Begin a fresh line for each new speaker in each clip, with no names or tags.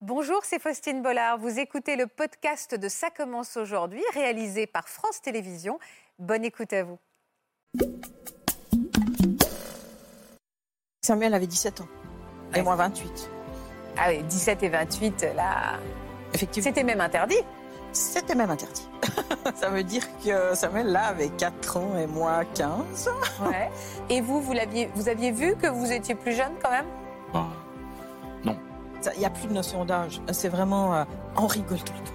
Bonjour, c'est Faustine Bollard. Vous écoutez le podcast de Ça commence aujourd'hui, réalisé par France Télévisions. Bonne écoute à vous.
Samuel avait 17 ans et
Ouais.
moi 28.
Ah oui, 17 et 28, là.
Effectivement,
C'était même interdit.
c'était même interdit. ça veut dire que Samuel là avait 4 ans et moi 15.
Ouais. Et vous, vous, l'aviez, vous aviez vu que vous étiez plus jeune quand même
Ben,
Ça, Il n'y a plus de notion d'âge. C'est vraiment euh, on rigole tout le temps.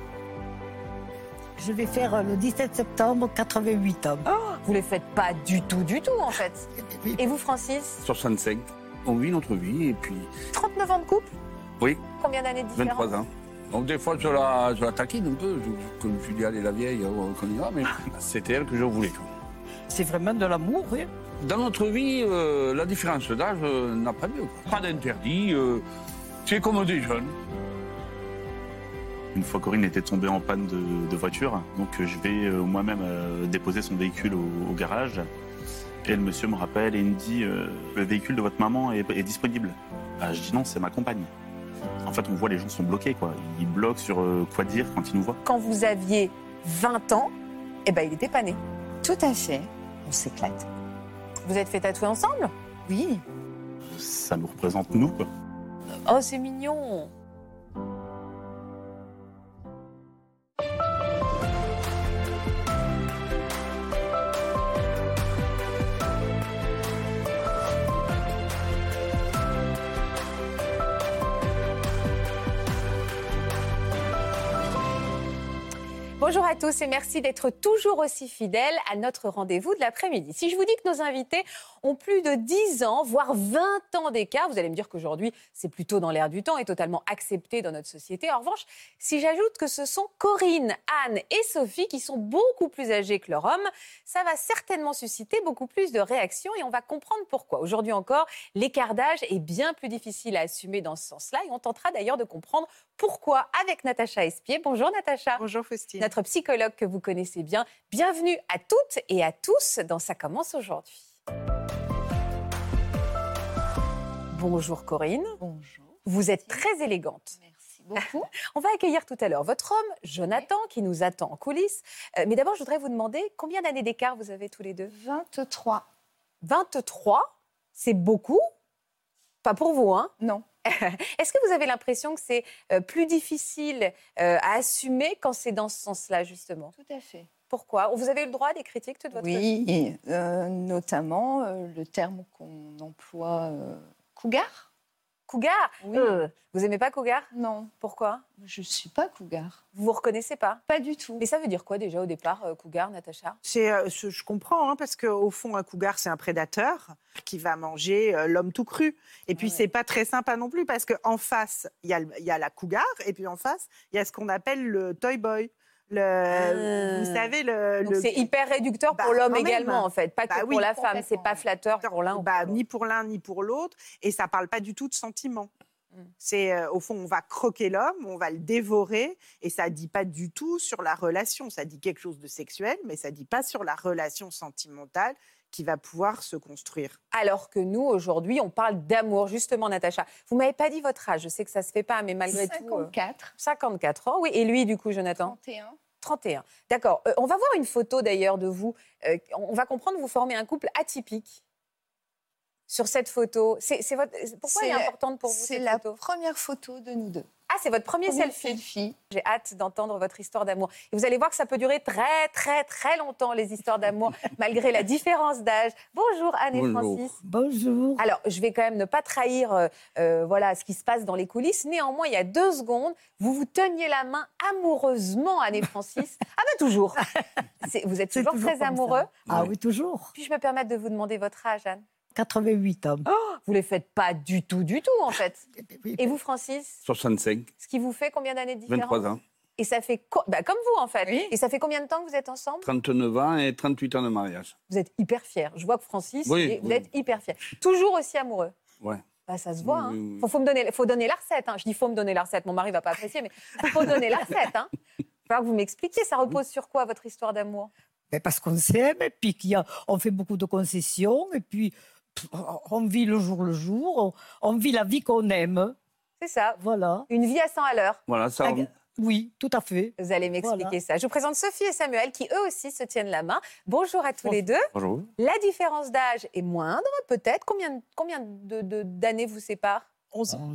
Je vais faire euh, le 17 septembre 88 ans.
Oh, Vous les faites pas du tout, du tout en fait. Et vous, Francis
65. On vit notre vie et puis
39 ans de couple
Oui.
Combien d'années de différence
23 ans. Donc des fois, je la, je la taquine un peu, je- comme je dis, allez, la vieille, euh, qu'on y va, mais c'était elle que je voulais.
C'est vraiment de l'amour,
hein.
oui.
Dans notre vie, euh, la différence d'âge euh, n'a pas lieu. Pas d'interdit, euh, c'est comme des jeunes.
Une fois Corinne était tombée en panne de, de voiture, donc euh, je vais euh, moi-même euh, déposer son véhicule au, au garage. Et le monsieur me rappelle et il me dit euh, Le véhicule de votre maman est, est disponible. Ah, je dis Non, c'est ma compagne. En fait, on voit les gens sont bloqués, quoi. Ils bloquent sur euh, quoi dire quand ils nous voient.
Quand vous aviez 20 ans, eh ben il était pas né.
Tout à fait. On s'éclate.
Vous êtes fait tatouer ensemble
Oui.
Ça nous représente, nous, quoi.
Oh, c'est mignon. Bonjour à tous et merci d'être toujours aussi fidèles à notre rendez-vous de l'après-midi. Si je vous dis que nos invités ont plus de 10 ans, voire 20 ans d'écart, vous allez me dire qu'aujourd'hui, c'est plutôt dans l'air du temps et totalement accepté dans notre société. En revanche, si j'ajoute que ce sont Corinne, Anne et Sophie qui sont beaucoup plus âgées que leur homme, ça va certainement susciter beaucoup plus de réactions et on va comprendre pourquoi. Aujourd'hui encore, l'écart d'âge est bien plus difficile à assumer dans ce sens-là et on tentera d'ailleurs de comprendre pourquoi avec Natacha Espier. Bonjour Natacha
Bonjour Faustine.
notre psychologue que vous connaissez bien. Bienvenue à toutes et à tous dans Ça commence aujourd'hui. Bonjour Corinne,
Bonjour.
vous êtes très élégante.
Merci beaucoup.
On va accueillir tout à l'heure votre homme, Jonathan, qui nous attend en coulisses. Euh, mais d'abord, je voudrais vous demander combien d'années d'écart vous avez tous les deux
23.
23, c'est beaucoup Pas pour vous, hein
Non.
Est-ce que vous avez l'impression que c'est euh, plus difficile euh, à assumer quand c'est dans ce sens-là, justement
Tout à fait.
Pourquoi Vous avez eu le droit à des critiques toute votre vie
Oui, et, euh, notamment euh, le terme qu'on emploie euh, cougar.
Cougar
Oui.
Euh, vous aimez pas Cougar
Non,
Pourquoi
je ne suis pas cougar.
Vous vous reconnaissez pas
Pas du tout.
Mais ça veut dire quoi déjà au départ, euh, Cougar, Natacha
C'est, euh, ce- je comprends, hein, parce qu'au fond, un cougar, c'est un prédateur qui va manger euh, l'homme tout cru. Et puis,
Ouais.
c'est pas très sympa non plus, parce qu'en face, il y, a le- il y a la cougar, et puis en face, il y a ce qu'on appelle le toy boy. Le,
Ah.
Vous savez, le.
Donc
le-
c'est hyper réducteur
Bah,
pour l'homme
quand même.
également en fait, pas que
Bah oui,
pour la femme. C'est
complètement,
pas
ouais.
flatteur pour l'un ou
Bah,
pour l'autre.
ni pour l'un ni pour l'autre, et ça parle pas du tout de sentiment.
Mm.
C'est euh, au fond, on va croquer l'homme, on va le dévorer, et ça dit pas du tout sur la relation. Ça dit quelque chose de sexuel, mais ça dit pas sur la relation sentimentale qui va pouvoir se construire.
Alors que nous aujourd'hui, on parle d'amour justement, Natacha. Vous m'avez pas dit votre âge. Je sais que ça se fait pas, mais malgré tout. euh,
54,
54 ans, oui. Et lui, du coup, Jonathan
31.
31. D'accord. Euh, on va voir une photo d'ailleurs de vous. Euh, on va comprendre que vous formez un couple atypique. Sur cette photo, c'est c'est votre. Pourquoi
C'est
elle est
la-
importante pour vous
C'est
cette
la
photo
première photo de nous deux.
Ah, c'est votre premier
Première
selfie.
selfie.
J'ai hâte d'entendre votre histoire d'amour. Et vous allez voir que ça peut durer très, très, très longtemps, les histoires d'amour, malgré la différence d'âge. Bonjour, Anne et
Bonjour.
Francis.
Bonjour.
Alors, je vais quand même ne pas trahir euh, euh, voilà, ce qui se passe dans les coulisses. Néanmoins, il y a deux secondes, vous vous teniez la main amoureusement, Anne et Francis. ah ben, toujours. C'est- Vous êtes
C'est
toujours,
toujours
très
comme ça.
amoureux.
Ah
Ouais.
oui, toujours.
Puis-je me permettre de vous demander votre âge, Anne
88 ans.
Oh, Vous ne les faites pas du tout, du tout, en fait. Et vous, Francis
65,
Ce qui vous fait combien d'années de différence
23 ans,
Et ça fait... co- bah, comme vous, en fait.
Oui.
Et ça fait combien de temps que vous êtes ensemble
39 ans et 38 ans de mariage.
Vous êtes hyper fier. Je vois que Francis,
Oui,
il est- vous
oui.
êtes hyper fier. Toujours aussi amoureux.
Ouais.
Bah, ça se voit.
Oui,
hein.
oui, oui.
Faut, faut me donner, faut donner la recette. hein. Je dis faut me donner la recette. Mon mari va pas apprécier, mais faut donner la recette. Hein. Faudra que vous m'expliquiez. Ça repose sur quoi votre histoire d'amour
Mais parce qu'on s'aime, et puis qu'il y a- on fait beaucoup de concessions, et puis pff, on vit le jour le jour, on, on vit la vie qu'on aime.
C'est ça.
Voilà.
Une vie à 100 à l'heure.
Voilà, ça.
Ag- Oui, tout à fait.
Vous allez m'expliquer
Voilà.
ça. Je vous présente Sophie et Samuel qui eux aussi se tiennent la main. Bonjour à tous les deux.
Bonjour.
La différence d'âge est moindre, peut-être. Combien, de- combien de- de- d'années vous séparent
11 ans.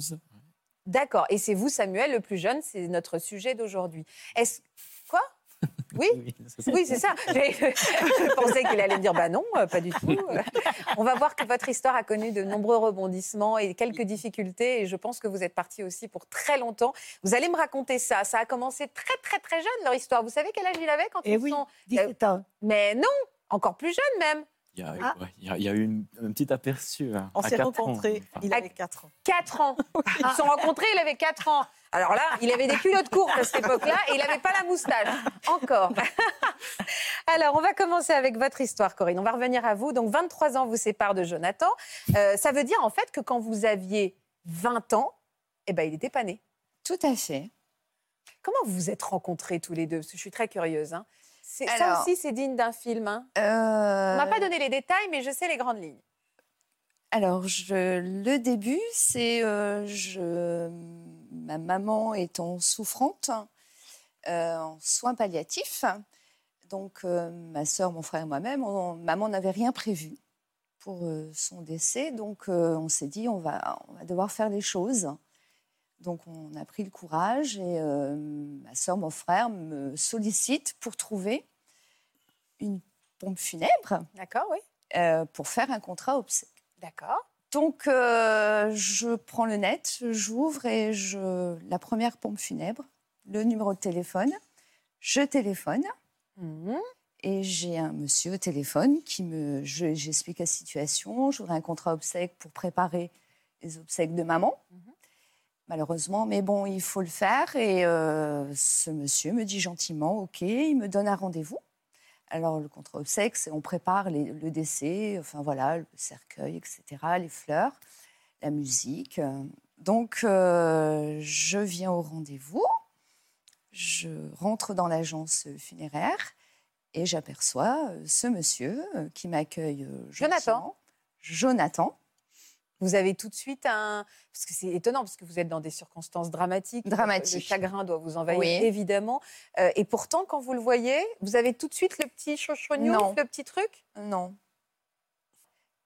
D'accord. Et c'est vous, Samuel, le plus jeune, c'est notre sujet d'aujourd'hui. Est-ce. Quoi Oui Oui, c'est ça. J'ai- Je pensais qu'il allait me dire bah non, euh, pas du tout. Euh, On va voir que votre histoire a connu de nombreux rebondissements et quelques difficultés. Et je pense que vous êtes parti aussi pour très longtemps. Vous allez me raconter ça. Ça a commencé très, très, très jeune, leur histoire. Vous savez quel âge il avait quand
Eh
ils
oui,
sont. euh,
17 ans.
Mais non Encore plus jeune même.
Il y a,
Ah.
ouais, il y a- il y a eu une, un petit aperçu. hein,
On
à
s'est
quatre ans.
rencontrés, il
Ah.
avait 4 ans.
4 ans. Ah. Ils se sont rencontrés, il avait 4 ans. Alors là, il avait des culottes courtes à cette époque-là et il n'avait pas la moustache. Encore. Alors, on va commencer avec votre histoire, Corinne. On va revenir à vous. Donc, 23 ans vous séparent de Jonathan. Euh, ça veut dire en fait que quand vous aviez 20 ans, eh ben, il n'était pas né.
Tout à fait.
Comment vous vous êtes rencontrés tous les deux Parce que je suis très curieuse. hein. C'est- Ça
Alors-
aussi, c'est digne d'un film. hein. On
Euh,
m'a pas donné les détails, mais je sais les grandes lignes.
Alors, je- le début, c'est euh, je- ma maman étant souffrante euh, en soins palliatifs. Donc, euh, ma soeur, mon frère et moi-même, on- maman n'avait rien prévu pour euh, son décès. Donc, euh, on s'est dit, on va, on va devoir faire les choses. Donc, on a pris le courage et euh, ma soeur, mon frère me sollicite pour trouver une pompe funèbre
D'accord, oui.
euh, pour faire un contrat obsèque.
D'accord.
Donc, euh, je prends le net, j'ouvre et je la première pompe funèbre, le numéro de téléphone. Je téléphone
Mhm.
et j'ai un monsieur au téléphone qui me. je- J'explique la situation. J'aurai un contrat obsèque pour préparer les obsèques de maman.
Mhm.
Malheureusement, mais bon, il faut le faire. Et euh, ce monsieur me dit gentiment OK, il me donne un rendez-vous. Alors, le contrat obsèque, c'est on prépare les- le décès, enfin voilà, le cercueil, etc., les fleurs, la musique. Donc, euh, je viens au rendez-vous, je rentre dans l'agence funéraire et j'aperçois euh, ce monsieur euh, qui m'accueille. euh,
Jonathan.
gentiment. Jonathan,
Vous avez tout de suite un... Parce que c'est étonnant, parce que vous êtes dans des circonstances dramatiques.
Dramatique.
Le chagrin doit vous envahir,
Oui.
évidemment. Euh, et pourtant, quand vous le voyez, vous avez tout de suite le petit chouchougnouf,
Non.
le petit truc
non.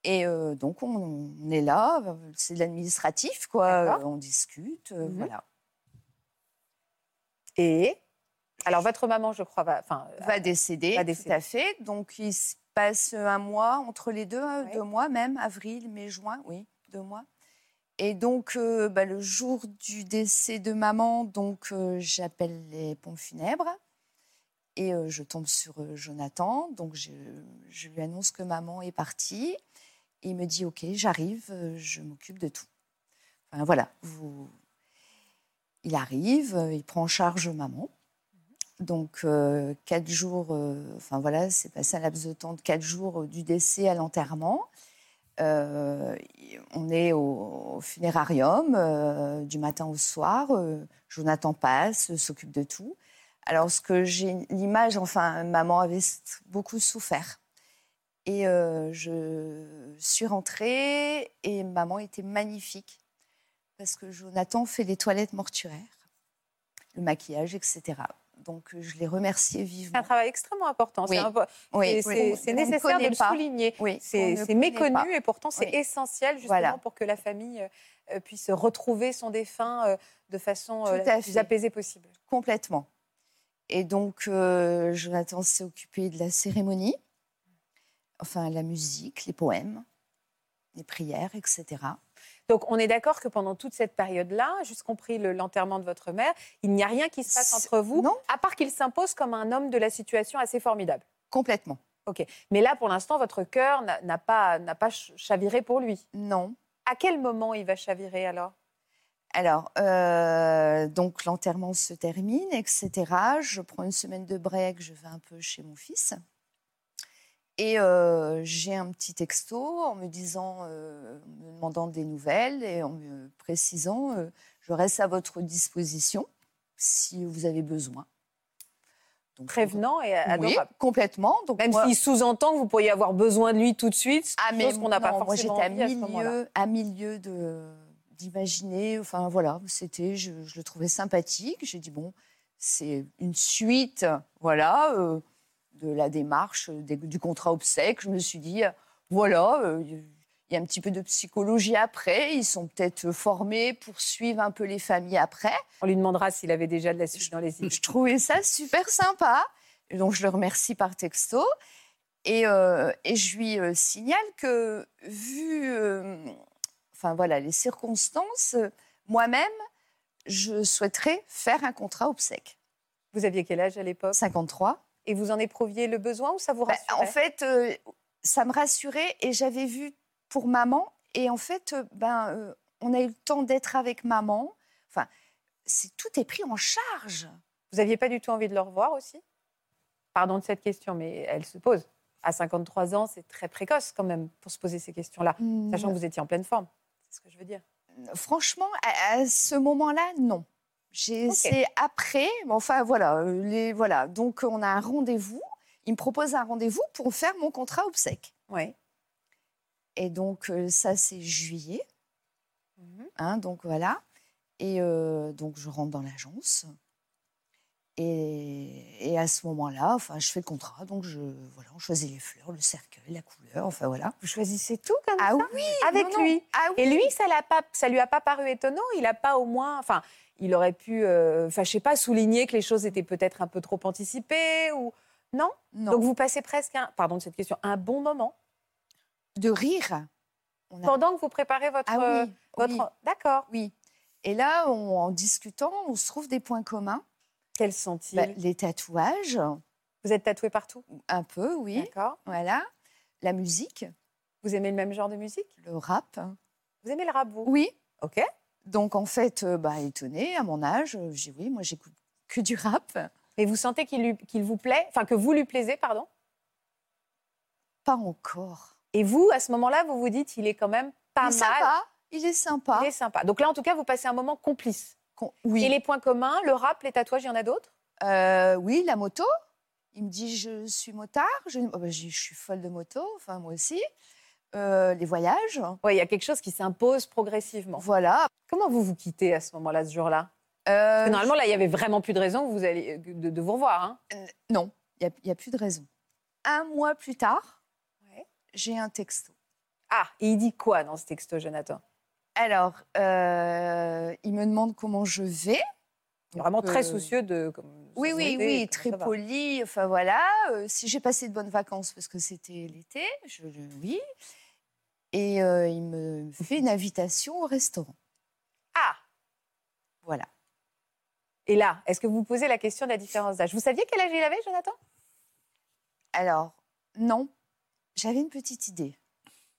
Et euh, donc, on, on est là, euh, c'est de l'administratif, quoi.
D'accord.
euh, On discute, euh,
Mhm.
voilà.
Et Alors, votre maman, je crois, va... Enfin, euh,
va décéder,
va décéder.
tout à fait. Donc, il se passe un mois entre les deux, hein,
Ouais.
deux mois même, avril, mai, juin, oui, deux mois. Et donc, euh, bah, le jour du décès de maman, donc euh, j'appelle les pompes funèbres et euh, je tombe sur euh, Jonathan. Donc, je, je lui annonce que maman est partie. Et il me dit, OK, j'arrive, euh, je m'occupe de tout. Enfin, voilà, vous... il arrive, euh, il prend en charge maman. Donc, euh, quatre jours, euh, enfin voilà, c'est passé un laps de temps de quatre jours euh, du décès à l'enterrement. Euh, y- on est au, au funérarium euh, du matin au soir. euh, Jonathan passe, euh, s'occupe de tout. Alors, ce que j'ai l'image, enfin, maman avait s- beaucoup souffert. Et euh, je suis rentrée et maman était magnifique parce que Jonathan fait les toilettes mortuaires, le maquillage, etc. Donc, euh, je les remerciais
c'est un
vivement.
travail extrêmement important.
Oui.
C'est impo-
Oui,
c'est- c'est- c'est nécessaire de le souligner.
Oui, on
C'est
ne
c'est
connaît
méconnu
pas.
et pourtant c'est
Oui.
essentiel justement
Voilà.
pour que la famille euh, puisse retrouver son défunt euh, de façon euh,
Tout à
la plus
fait.
apaisée possible.
Complètement. Et donc, euh, Jonathan s'est occupé de la cérémonie, enfin la musique, les poèmes, les prières, etc.
Donc on est d'accord que pendant toute cette période-là, jusqu'y compris le- l'enterrement de votre mère, il n'y a rien qui se passe
C'est-
entre vous,
non.
à part qu'il s'impose comme un homme de la situation assez formidable.
Complètement.
Mais là, pour l'instant, votre cœur n'a n'a pas, n'a pas ch- chaviré pour lui.
Non.
À quel moment il va chavirer alors
Alors, euh, donc l'enterrement se termine, etc. Je prends une semaine de break, je vais un peu chez mon fils. Et euh, j'ai un petit texto en me disant, euh, en me demandant des nouvelles et en me précisant, euh, je reste à votre disposition si vous avez besoin. Donc,
Prévenant et
oui,
adorable.
complètement. Donc,
Même
moi-
s'il sous-entend que vous pourriez avoir besoin de lui tout de suite,
ah, mais
chose qu'on n'a pas
non, moi,
forcément
j'étais à
envie à ce moment-là.
milieu, à milieu de, d'imaginer. Enfin, voilà, c'était, je, je le trouvais sympathique. J'ai dit, bon, c'est une suite, voilà, euh, de la démarche, euh, des- du contrat obsèque. Je me suis dit, euh, voilà, euh, il y a un petit peu de psychologie après. Ils sont peut-être formés pour suivre un peu les familles après.
On lui demandera s'il avait déjà de la suite dans les idées.
Je trouvais ça super sympa. Et Donc, je le remercie par texto. Et, euh, et je lui euh, signale que, vu euh, enfin, voilà, les circonstances, euh, moi-même, je souhaiterais faire un contrat obsèque.
Vous aviez quel âge à l'époque
53.
Et vous en éprouviez le besoin ou ça vous
Bah,
rassurait
en fait, euh, ça me rassurait et j'avais vu pour maman. Et en fait, euh, ben, euh, on a eu le temps d'être avec maman. Enfin, c'est tout est pris en charge.
Vous n'aviez pas du tout envie de le revoir aussi Pardon de cette question, mais elle se pose. À 53 ans, c'est très précoce quand même pour se poser ces questions-là,
Hmm.
sachant que vous étiez en pleine forme. C'est ce que je veux dire.
Franchement, à, à ce moment-là, non. J'ai
Ok.
c'est après. mais Enfin voilà, euh, les voilà. Donc on a un rendez-vous. Il me propose un rendez-vous pour faire mon contrat obsèque.
Oui.
Et donc euh, ça c'est juillet.
Mhm.
hein, donc voilà. Et euh, donc je rentre dans l'agence. Et, et à ce moment-là, enfin, je fais le contrat. Donc je voilà, on choisit les fleurs, le cercueil, la couleur. Enfin voilà.
Vous choisissez tout comme
Ah
ça
oui,
avec
non, non.
lui.
Ah oui.
Et lui, ça l'a pas, ça lui a pas paru étonnant. Il a pas au moins, enfin, il aurait pu, euh, enfin, je sais pas, souligner que les choses étaient peut-être un peu trop anticipées ou.
Non.
Donc vous passez presque un, pardon de cette question, un bon moment
de rire. On a-
pendant que vous préparez votre,
Ah
euh,
oui,
votre.
oui.
D'accord.
Oui. Et là, on- en discutant, on se trouve des points communs.
Quels sont-ils
Bah, les tatouages,
Vous êtes tatoué partout.
un peu, oui.
D'accord.
Voilà. La musique,
Vous aimez le même genre de musique
le rap.
Vous aimez le rap, vous
Oui.
Ok.
Donc, en fait, euh, bah, étonnée, à mon âge, euh, j'ai oui, moi, j'écoute que du rap.
Mais vous sentez qu'il lui- qu'il vous plaît, enfin que vous lui plaisez, pardon.
Pas encore.
Et vous, à ce moment-là, vous vous dites, il est quand même pas
il est
mal.
sympa. Il est sympa.
Il est sympa. Donc là, en tout cas, vous passez un moment complice.
Con- Oui.
Et les points communs, le rap, les tatouages, il y en a d'autres
Euh, oui, la moto. Il me dit je suis motard. Je, oh, bah, je je suis folle de moto. Enfin, moi aussi. Euh, les voyages.
Oui, il y a quelque chose qui s'impose progressivement.
Voilà.
Comment vous vous quittez à ce moment-là, ce jour-là Parce
Euh,
que Normalement, là, il y avait vraiment plus de raison que vous allez, de, de vous revoir. hein.
Euh, Non, il n'y a, plus de raison. Un mois plus tard,
Ouais.
j'ai un texto.
Ah, et il dit quoi dans ce texto, Jonathan
Alors, euh, il me demande comment je vais.
Il est Vraiment
Donc,
très
euh,
soucieux de. comme-
Oui,
sa
oui,
santé,
oui,
comment
très
ça va.
poli. Enfin voilà, euh, si j'ai passé de bonnes vacances parce que c'était l'été, je le- Euh, oui. Et euh, il me fait une invitation au restaurant.
Ah,
Voilà.
et là, est-ce que vous posez la question de la différence d'âge Vous saviez quel âge il avait, Jonathan
Alors, non, j'avais une petite idée.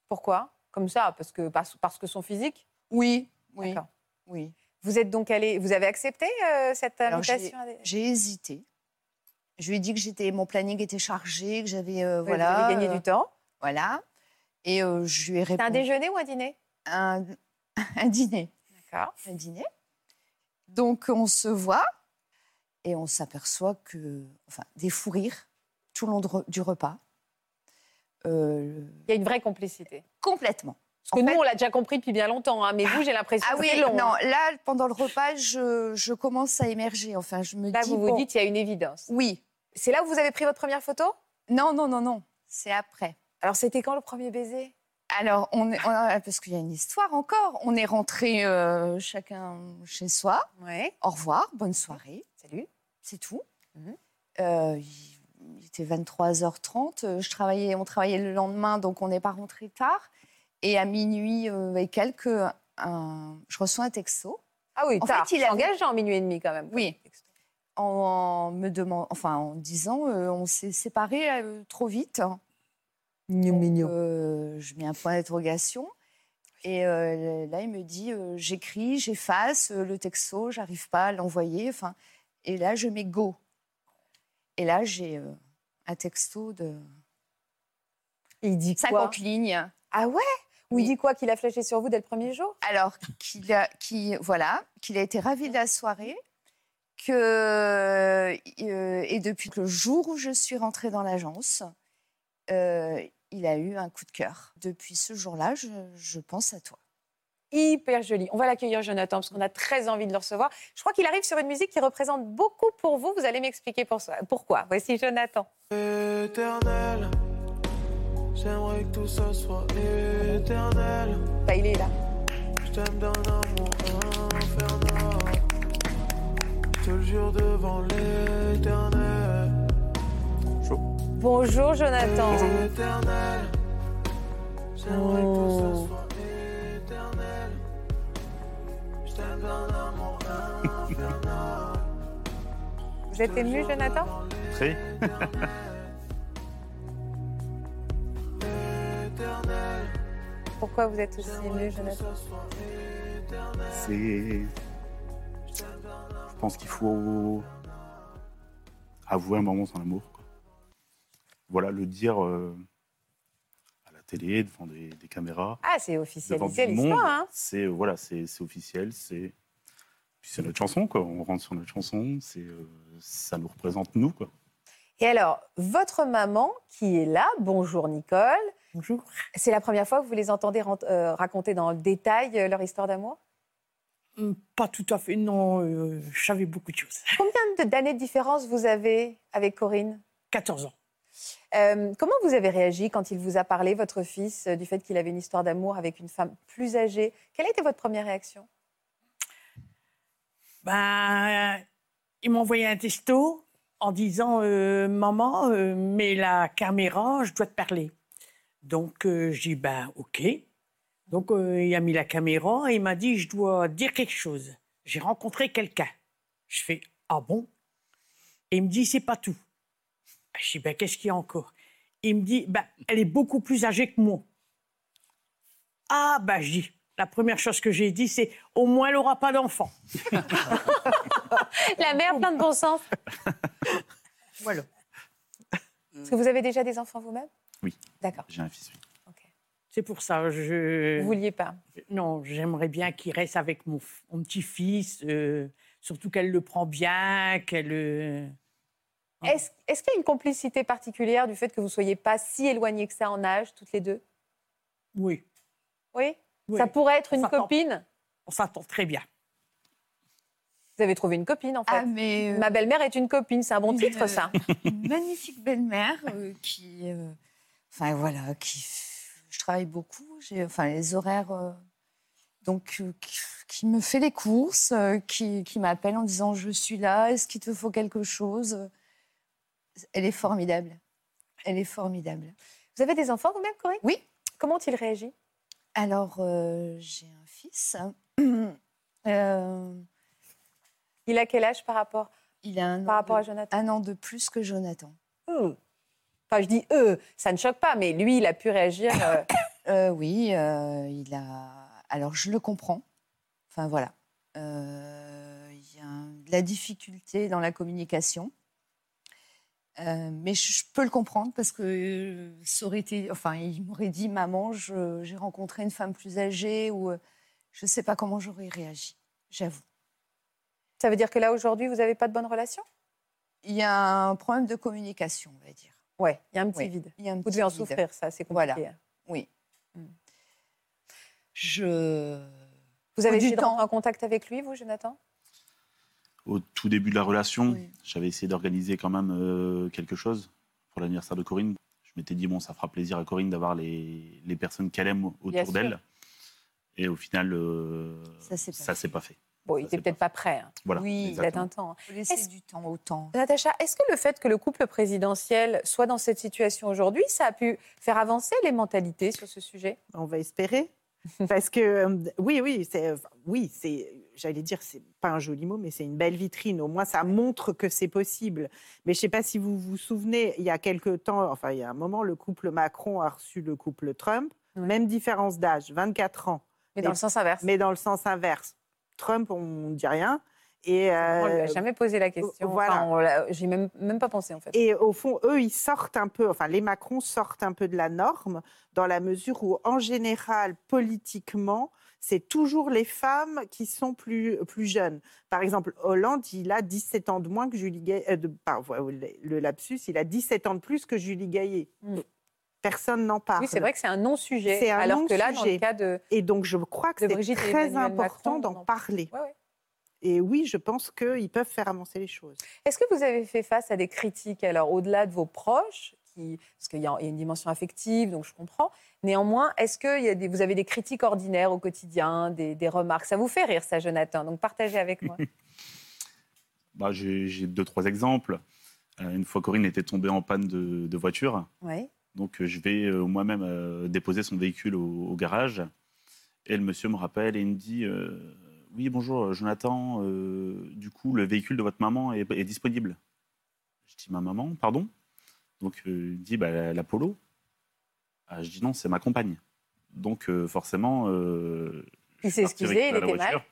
Pourquoi Comme ça, parce que, parce, parce que son physique
Oui, oui,
D'accord.
oui.
Vous êtes donc allé, vous avez accepté euh, cette
Alors,
invitation à-
J'ai hésité. Je lui ai dit que j'étais, mon planning était chargé, que j'avais, euh,
Vous
voilà,
avez gagné
euh,
du temps.
Voilà. Et euh, je lui ai
C'est un
répondu
déjeuner ou un dîner
un, un dîner.
D'accord.
Un dîner. Donc on se voit et on s'aperçoit que, enfin, des fous rires tout le long de re- du repas. Euh,
Il y a une vraie complicité.
complètement.
Parce
En
que
fait-
nous, on l'a déjà compris depuis bien longtemps, hein, mais vous, j'ai l'impression
Ah
que
oui,
c'est long.
non,
hein.
là, pendant le repas, je, je commence à émerger. Enfin, je me
Là,
dis.
Bah, vous vous
bon,
dites, il y a une évidence.
Oui.
C'est là où vous avez pris votre première photo
Non, non, non, non. C'est après.
Alors, c'était quand le premier baiser
Alors, on est, on a- parce qu'il y a une histoire encore. On est rentrés euh, chacun chez soi.
Ouais.
Au revoir, bonne soirée.
Salut.
c'est tout.
Mhm.
Euh, il, il était 23h30. euh, Je travaillais, on travaillait le lendemain, donc on n'est pas rentré tard. Et à minuit euh, et quelques, un- je reçois un texto
Ah oui,
En
tard.
fait, il
C'est
avait-
engageant, minuit et demi quand même.
Oui. en me demandant, enfin en disant, euh, on s'est séparés euh, trop vite.
Mignon,
Donc, euh, je mets un point d'interrogation. Et euh, là, il me dit, euh, j'écris, j'efface euh, le texto, j'arrive pas à l'envoyer. Enfin, et là, je mets go. Et là, j'ai euh, un texto de
Il dit quoi
50 lignes.
Ah ouais Ou il
Oui.
dit quoi Qu'il a flashé sur vous dès le premier jour
Alors qu'il a, qui, voilà, qu'il a été ravi de la soirée. Que, euh, et depuis le jour où je suis rentrée dans l'agence, euh, il a eu un coup de cœur. Depuis ce jour-là, je, je pense à toi.
hyper joli. On va l'accueillir, Jonathan, parce qu'on a très envie de le recevoir. Je crois qu'il arrive sur une musique qui représente beaucoup pour vous. Vous allez m'expliquer pour ça- pourquoi. Voici Jonathan.
éternel. J'aimerais que tout ça soit éternel.
Bah, il est là.
Je t'aime d'un amour infernal. Je te le jure devant l'éternel.
Bonjour, Jonathan.
Éternel. J'aimerais que tout
Oh.
ça soit éternel. Je t'aime d'un amour infernal.
Vous êtes ému, Jonathan
Très.
Pourquoi vous êtes aussi ému, Jonathan
C'est. Je pense qu'il faut avouer un moment son amour. quoi. Voilà, le dire euh, à la télé, devant des, des caméras,
Ah, c'est
devant
officialisé
du monde,
l'histoire, hein
c'est voilà, c'est c'est officiel, c'est puis c'est notre chanson quoi. On rentre sur notre chanson, c'est euh, ça nous représente nous quoi.
Et alors, votre maman qui est là, bonjour Nicole.
Bonjour.
C'est la première fois que vous les entendez rent- euh, raconter dans le détail euh, leur histoire d'amour
Hum, Pas tout à fait, non, euh, je savais beaucoup de choses.
Combien de- d'années de différence vous avez avec Corinne
14 ans.
Euh, Comment vous avez réagi quand il vous a parlé, votre fils, euh, du fait qu'il avait une histoire d'amour avec une femme plus âgée Quelle a été votre première réaction
Ben, il m'a envoyé un testo en disant euh, Maman, euh, mets la caméra, je dois te parler. Donc, euh, j'ai dit Ben, OK. Donc, euh, il a mis la caméra et il m'a dit Je dois dire quelque chose. J'ai rencontré quelqu'un. Je fais Ah bon Et il me dit C'est pas tout. Je dis Ben, qu'est-ce qu'il y a encore Il me dit Ben, elle est beaucoup plus âgée que moi. Ah, ben, je dis La première chose que j'ai dit, c'est Au moins, elle n'aura pas d'enfant.
La mère, plein de bon sens.
Voilà.
Est-ce que vous avez déjà des enfants vous-même
Oui.
D'accord.
J'ai un fils.
ok.
C'est pour ça, je...
Vous vouliez pas
Non, j'aimerais bien qu'il reste avec mon, f- mon petit-fils, euh, surtout qu'elle le prend bien, qu'elle... euh, Ah.
Est-ce est-ce qu'il y a une complicité particulière du fait que vous soyez pas si éloignés que ça en âge, toutes les deux
Oui,
Oui
oui.
Ça pourrait être
On
une
s'entend.
copine
on s'entend très bien.
Vous avez trouvé une copine, en fait.
Ah, mais euh,
Ma belle-mère est une copine, c'est un bon
une-
titre, ça.
une magnifique belle-mère euh, qui, euh, enfin voilà, qui, je travaille beaucoup, j'ai, enfin les horaires, euh, donc euh, qui, qui me fait les courses, euh, qui, qui m'appelle en disant je suis là, est-ce qu'il te faut quelque chose Elle est formidable, elle est formidable.
Vous avez des enfants vous-même, Corinne
Oui.
Comment ont-ils réagi
Alors euh, j'ai un fils, Euh,
Il a quel âge par rapport,
il a un
par
an
rapport à
de-
Jonathan
un an de plus que Jonathan.
Eux. Enfin, je dis eux, ça ne choque pas, mais lui, il a pu réagir. euh,
Euh, oui, euh, il a. Alors, je le comprends. Enfin, voilà. Euh, il y a un- de la difficulté dans la communication. Euh, mais je je peux le comprendre parce que euh, ça aurait été. Enfin, il m'aurait dit Maman, je- j'ai rencontré une femme plus âgée ou euh, je ne sais pas comment j'aurais réagi, j'avoue.
Ça veut dire que là, aujourd'hui, vous n'avez pas de bonne relation
Il y a un problème de communication, on va dire.
Ouais, il y a un petit
Ouais.
vide.
Il y a un
Vous
petit
devez en
vide.
souffrir, ça, c'est compliqué. hein.
Voilà. Oui.
Mm.
Je.
Vous avez
Faut du
essayé de
temps.
rentrer en contact avec lui, vous, Jonathan
Au tout début de la relation,
Oui.
j'avais essayé d'organiser quand même euh, quelque chose pour l'anniversaire de Corinne. Je m'étais dit, bon, ça fera plaisir à Corinne d'avoir les, les personnes qu'elle aime
Bien sûr.
autour d'elle. Et au final, euh,
Ça s'est pas
ça
fait.
s'est pas fait.
Bon,
Ça,
il
c'est
n'était peut-être pas prêt. hein.
Voilà.
Oui,
Il a
exactement.
un temps.
Faut laisser
Est-ce-
du temps au temps.
Natacha, est-ce que le fait que le couple présidentiel soit dans cette situation aujourd'hui, ça a pu faire avancer les mentalités sur ce sujet
On va espérer. Parce que, euh, oui, oui, c'est, enfin, oui, c'est, j'allais dire, c'est pas un joli mot, mais c'est une belle vitrine. Au moins, ça montre que c'est possible. Mais je sais pas si vous vous souvenez, il y a quelque temps, enfin, il y a un moment, le couple Macron a reçu le couple Trump.
Ouais.
Même différence d'âge, 24 ans.
Mais dans
Mais-
le sens inverse.
Mais dans le sens inverse, Trump, on ne dit rien. Et,
On ne lui
euh,
a jamais posé la question.
voilà.
Enfin, on l'a- J'y ai même, même pas pensé, en fait.
Et au fond, eux, ils sortent un peu, enfin, les Macron sortent un peu de la norme, dans la mesure où, en général, politiquement, c'est toujours les femmes qui sont plus, plus jeunes. Par exemple, Hollande, il a 17 ans de moins que Julie Gaillet. euh, de- pardon, le lapsus, il a 17 ans de plus que Julie Gaillet.
Mm.
Personne n'en parle.
Oui, c'est vrai que c'est un non-sujet.
Ah. C'est un
Alors que là, dans le
non-sujet.
cas de.
Et donc, je crois que
De
c'est
Brigitte et
très
Emmanuel Macron,
important
on en-
d'en parler.
Ouais, ouais.
Et oui, je pense qu'ils peuvent faire avancer les choses.
Est-ce que vous avez fait face à des critiques, alors, au-delà de vos proches qui... Parce qu'il y a il y a une dimension affective, donc je comprends. Néanmoins, est-ce que il y a des- vous avez des critiques ordinaires au quotidien, des, des remarques Ça vous fait rire, ça, Jonathan. Donc partagez avec moi.
Bah, j'ai j'ai deux, trois exemples. Euh, une fois, Corinne était tombée en panne de, de voiture.
Oui.
Donc, euh, je vais euh, moi-même euh, déposer son véhicule au, au garage. Et le monsieur me rappelle et il me dit euh, Oui, bonjour, euh, Jonathan. euh, du coup, le véhicule de votre maman est, est disponible. Je dis Ma maman, pardon Donc, euh, il me dit bah, la- La Polo. Ah, je dis Non, c'est ma compagne. Donc, euh, forcément, euh,
Il s'est
je suis parti
excusé, il
récupérer la
était mal.
voiture.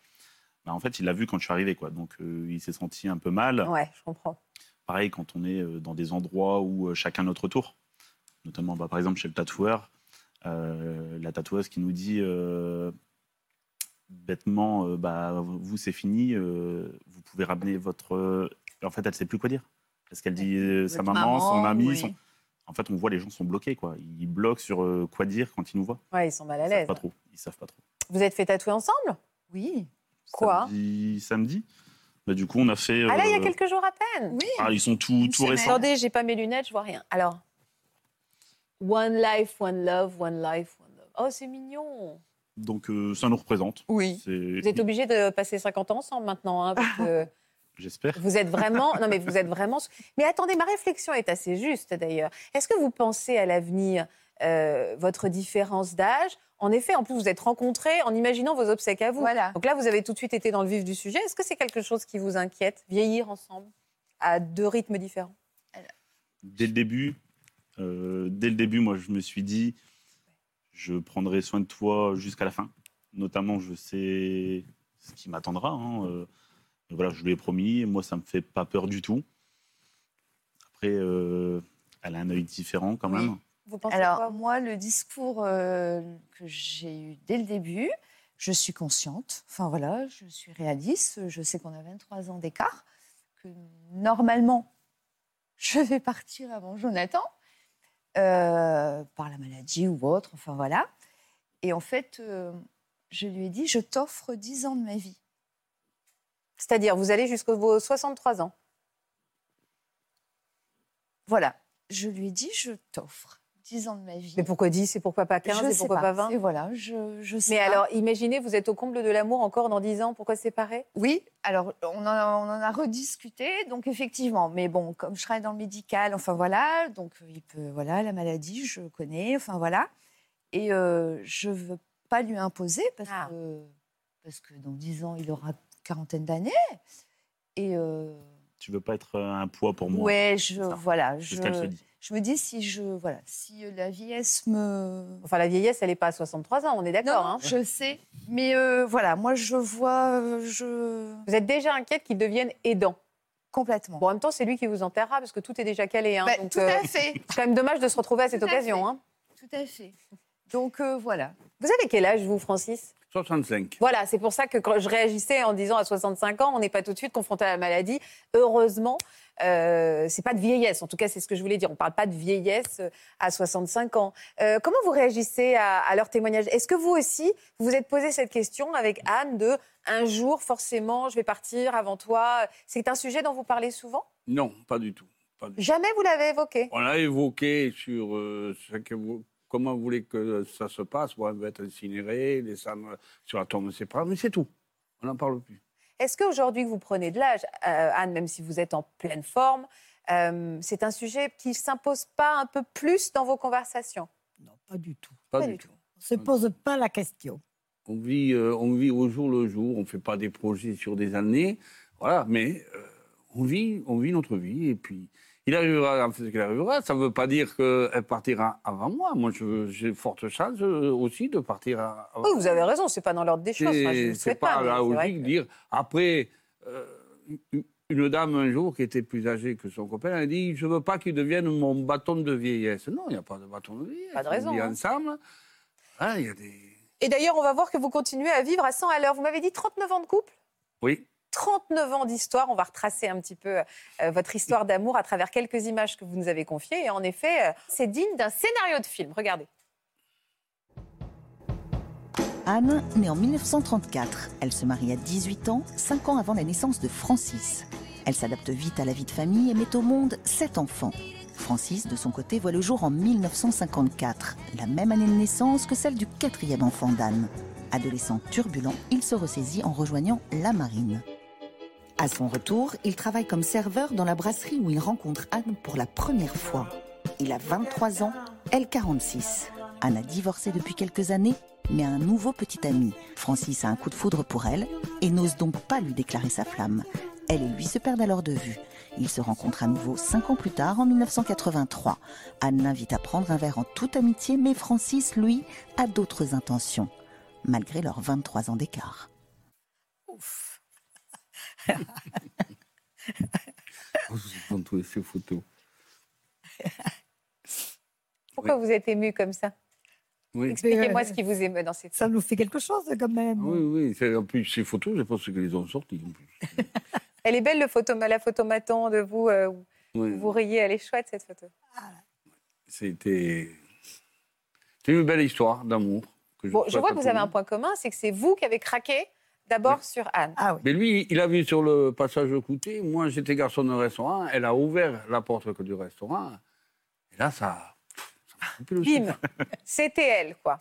Bah, en fait, il l'a vu quand je suis arrivé. Quoi. Donc, euh, il s'est senti un peu mal
Ouais, je comprends.
pareil quand on est euh, dans des endroits où euh, chacun notre tour, notamment bah, par exemple chez le tatoueur, euh, la tatoueuse qui nous dit euh, bêtement euh, bah, vous c'est fini, euh, vous pouvez ramener votre. euh, En fait, elle sait plus quoi dire. Parce qu'elle dit euh, sa
Votre
maman, son
maman,
ami,
oui.
son- En fait, on voit les gens sont bloqués quoi. Ils bloquent sur euh, quoi dire quand ils nous voient.
Ouais, ils sont mal à
Ils savent
l'aise.
pas trop. Ils savent pas trop.
Vous êtes fait tatouer ensemble
Oui.
Quoi
Samedi, samedi. Bah, du coup, on a fait.
Ah là, il y a
euh,
quelques jours à peine.
Oui.
ah, ils sont tout,
Une
tout
semaine.
récents.
Attendez, j'ai pas mes lunettes, je vois rien. Alors. One life, one love, one life, one love. Oh, c'est mignon.
Donc, euh, ça nous représente.
Oui.
C'est-
Vous êtes obligés de passer 50 ans ensemble maintenant. hein, parce que
J'espère.
vous êtes vraiment. Non, mais vous êtes vraiment. Mais attendez, ma réflexion est assez juste d'ailleurs. Est-ce que vous pensez à l'avenir euh, votre différence d'âge En effet, en plus, vous êtes rencontrés en imaginant vos obsèques à vous.
Voilà.
Donc là, vous avez tout de suite été dans le vif du sujet. Est-ce que c'est quelque chose qui vous inquiète Vieillir ensemble à deux rythmes différents
dès le début, euh, dès le début, moi, je me suis dit, je prendrai soin de toi jusqu'à la fin. Notamment, je sais ce qui m'attendra. hein, euh, mais voilà, je lui ai promis. Moi, ça me fait pas peur du tout. Après, euh, elle a un œil différent quand
Oui.
même.
Vous pensez quoi
Alors,
vous
moi, le discours euh, que j'ai eu dès le début, je suis consciente, enfin voilà, je suis réaliste, je sais qu'on a 23 ans d'écart, que normalement, je vais partir avant Jonathan, euh, par la maladie ou autre, enfin voilà. Et en fait, euh, je lui ai dit, je t'offre 10 ans de ma vie.
C'est-à-dire, vous allez jusqu'à vos 63 ans.
Voilà, je lui ai dit, je t'offre 10 ans de ma vie.
Mais pourquoi 10 et pourquoi pas 15
je
et
sais
pourquoi pas, 20
Et voilà, je, je sais
Mais
pas.
alors, imaginez, vous êtes au comble de l'amour encore dans 10 ans. Pourquoi se séparer
Oui, alors on en, a, on en a rediscuté, donc effectivement. Mais bon, comme je travaille dans le médical, enfin voilà, donc euh, il peut, voilà, la maladie, je connais, enfin voilà. Et euh, je veux pas lui imposer parce,
Ah.
que, parce que dans 10 ans, il aura quarantaine d'années. Et euh,
Tu veux pas être euh, un poids pour moi.
ouais, je,
ça.
voilà,
c'est
je,
ce qu'elle se dit.
je me dis si je, voilà, si euh, la vieillesse me.
Enfin, la vieillesse, elle n'est pas à 63 ans, on est
Non,
d'accord. hein.
je sais, mais euh, voilà, moi je vois, euh, je.
Vous êtes déjà inquiète qu'il devienne aidant.
Complètement.
Bon, en même temps, c'est lui qui vous enterrera parce que tout est déjà calé. hein.
Bah,
Donc,
tout
euh,
à fait.
c'est quand même dommage de se retrouver à cette
Tout à
occasion.
fait.
hein.
Tout à fait. Donc euh, voilà.
Vous avez quel âge, vous, Francis
65.
Voilà, c'est pour ça que quand je réagissais en disant à 65 ans, on n'est pas tout de suite confronté à la maladie. Heureusement, euh, c'est pas de vieillesse. En tout cas, c'est ce que je voulais dire. On parle pas de vieillesse euh, à 65 ans. Euh, comment vous réagissez à, à leur témoignage Est-ce que vous aussi, vous vous êtes posé cette question avec Anne de un jour, forcément, je vais partir avant toi C'est un sujet dont vous parlez souvent
Non, pas du tout. Pas du tout.
Jamais vous l'avez évoqué.
On l'a évoqué sur euh, ce que vous- comment vous voulez que ça se passe. Bon, elle va être incinérée, les cendres sur la tombe de ses parents, mais c'est tout. On n'en parle plus.
Est-ce qu'aujourd'hui que vous prenez de l'âge, euh, Anne, même si vous êtes en pleine forme, euh, c'est un sujet qui ne s'impose pas un peu plus dans vos conversations
Non, pas du tout.
Pas,
Pas
du
du
tout.
On se pose pas la question.
On vit, euh, on vit au jour le jour. On ne fait pas des projets sur des années. Voilà, mais euh, on, vit, on vit notre vie. Et puis, il arrivera, en fait, ce qu'il arrivera. Ça ne veut pas dire qu'elle partira avant moi. Moi, je- j'ai forte chance euh, aussi de partir à- avant
Oui, vous avez raison, c'est pas dans l'ordre des choses. Enfin, je ne
Oh. C'est
le
c'est
souhaite
pas,
pas. mais
la
c'est vrai
logique
que-
de dire. Après, euh, une- une dame un jour qui était plus âgée que son copain, elle dit Je veux pas qu'il devienne mon bâton de vieillesse. Non, il n'y a pas de bâton de vieillesse.
Pas de raison,
On vit
hein.
ensemble. Ah, Il y a des.
Et d'ailleurs, on va voir que vous continuez à vivre à 100 à l'heure. Vous m'avez dit 39 ans de couple
Oui,
39 ans d'histoire. On va retracer un petit peu euh, votre histoire d'amour à travers quelques images que vous nous avez confiées. Et en effet, euh, c'est digne d'un scénario de film. Regardez.
Anne née en 1934. Elle se marie à 18 ans, 5 ans avant la naissance de Francis. Elle s'adapte vite à la vie de famille et met au monde 7 enfants. Francis, de son côté, voit le jour en 1954, la même année de naissance que celle du quatrième enfant d'Anne. Adolescent turbulent, il se ressaisit en rejoignant la marine. À son retour, il travaille comme serveur dans la brasserie où il rencontre Anne pour la première fois. Il a 23 ans, elle 46. Anne a divorcé depuis quelques années, mais a un nouveau petit ami. Francis a un coup de foudre pour elle et n'ose donc pas lui déclarer sa flamme. Elle et lui se perdent alors de vue. Ils se rencontrent à nouveau cinq ans plus tard, en 1983. Anne l'invite à prendre un verre en toute amitié, mais Francis, lui, a d'autres intentions, malgré leurs 23 ans d'écart.
Ouf.
Dans Oh, tous ces photos.
Pourquoi vous êtes ému comme ça
Oui.
Expliquez-moi ce qui vous émeut dans cette
Ben, euh, Ça nous fait quelque chose quand même.
Oui, oui. c'est- En plus, ces photos, je pense qu'ils les ont sorties. En plus.
Elle est belle, le photo, la photomaton de vous. euh, où
Ouais.
vous riez, elle est chouette, cette photo.
C'était c'est une belle histoire d'amour. que
Bon, je
souhaite
vois
à
que vous
tout le
avez un
monde.
point commun, c'est que c'est vous qui avez craqué d'abord sur Anne.
Ah oui.
Mais lui, il a vu sur le passage de côté. Moi, j'étais garçon d'un restaurant. Elle a ouvert la porte du restaurant. Et là, ça. ça m'a coupé le
Bim
souffle.
C'était elle, quoi.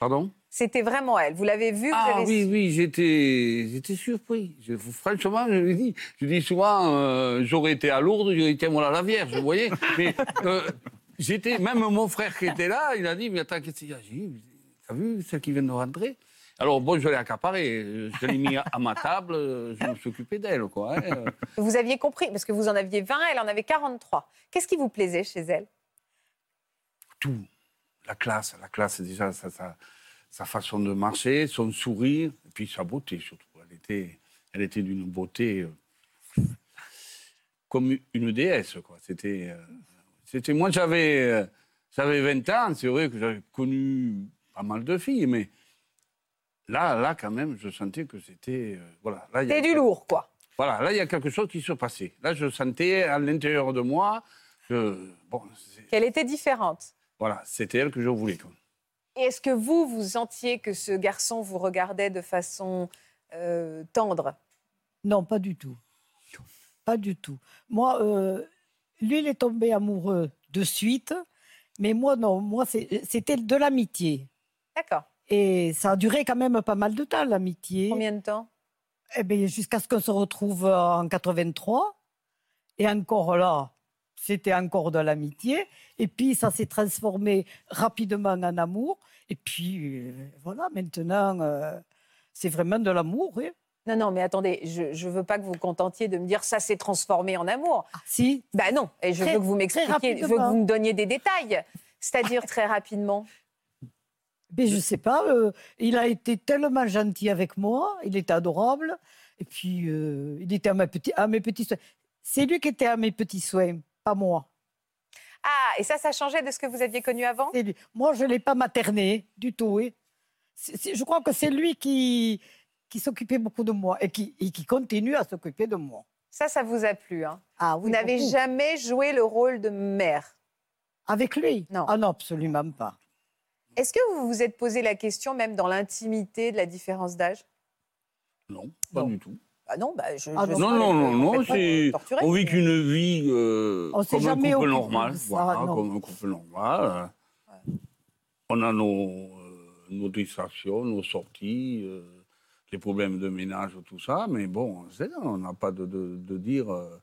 Pardon
C'était vraiment elle. Vous l'avez vue, vous
Ah
avez
oui,
su.
oui, j'étais, j'étais surpris. Je- franchement, je lui dis, je dis souvent, euh, j'aurais été à Lourdes, j'aurais été à Moulin la Vierge, vous voyez. Mais euh, j'étais, même mon frère qui était là, il a dit, mais attends, qu'est-ce qu'il y a J'ai dit, t'as vu celle qui vient de rentrer Alors bon, je l'ai accaparée, je l'ai mis à, à ma table, euh, je me suis occupé d'elle, quoi. hein. Euh,
Vous aviez compris, parce que vous en aviez 20, elle en avait 43. Qu'est-ce qui vous plaisait chez elle
Tout, la classe, la classe déjà, sa, sa- sa façon de marcher, son sourire, et puis sa beauté surtout. Elle était, elle était d'une beauté euh, comme une déesse, quoi. C'était, euh, c'était. Moi, j'avais, euh, j'avais 20 ans. C'est vrai que j'avais connu pas mal de filles, mais là, là, quand même, je sentais que c'était, euh, voilà. Là, il y a-
C'était du lourd, quoi.
voilà, là, il y a quelque chose qui se passait. Là, je sentais à l'intérieur de moi, que, bon, c'est-
Qu'elle était différente.
voilà, c'était elle que je voulais. quoi.
Et est-ce que vous, vous sentiez que ce garçon vous regardait de façon euh, tendre
Non, pas du tout. Pas du tout. Moi, euh, lui, il est tombé amoureux de suite, mais moi, non. Moi, c'est- c'était de l'amitié.
D'accord.
Et ça a duré quand même pas mal de temps, l'amitié.
Combien de temps
Eh bien, jusqu'à ce qu'on se retrouve euh, en 83. Et encore là, c'était encore de l'amitié. Et puis, ça s'est transformé rapidement en amour. Et puis, euh, voilà, maintenant, euh, c'est vraiment de l'amour. oui.
Non, non, mais attendez, je ne veux pas que vous vous contentiez de me dire ça s'est transformé en amour.
Ah, Si,
Ben non, et je
Très-
veux que vous
très
m'expliquiez, je veux que
rapidement.
vous me donniez des détails. C'est-à-dire très rapidement.
mais je sais pas, euh, il a été tellement gentil avec moi, il était adorable. Et puis, euh, il était à, ma petit- à mes petits soins. C'est lui qui était à mes petits soins, pas moi.
Ah, et ça, ça changeait de ce que vous aviez connu avant
C'est lui. Moi, je ne l'ai pas materné du tout. oui. C'est- c'est- je crois que c'est lui qui, qui s'occupait beaucoup de moi et qui, et qui continue à s'occuper de moi.
Ça, ça vous a plu. hein.
Ah,
vous n'avez
beaucoup.
jamais joué le rôle de mère.
Avec lui
Non.
Ah non, absolument pas.
Est-ce que vous vous êtes posé la question, même dans l'intimité de la différence d'âge
Non, pas
Non.
du tout.
Ah non, bah, je,
Ah
je serais
non.
Non, non, non, non,
complètement
c'est-
torturée.
on vit qu'une vie euh,
On s'est
comme un
jamais
couple
occupé de
normal.
ça,
voilà,
non.
comme un couple normal. hein. On a nos, euh, nos distractions, nos sorties, euh, les problèmes de ménage, tout ça, mais bon, c'est- on n'a pas de, de- de dire. euh,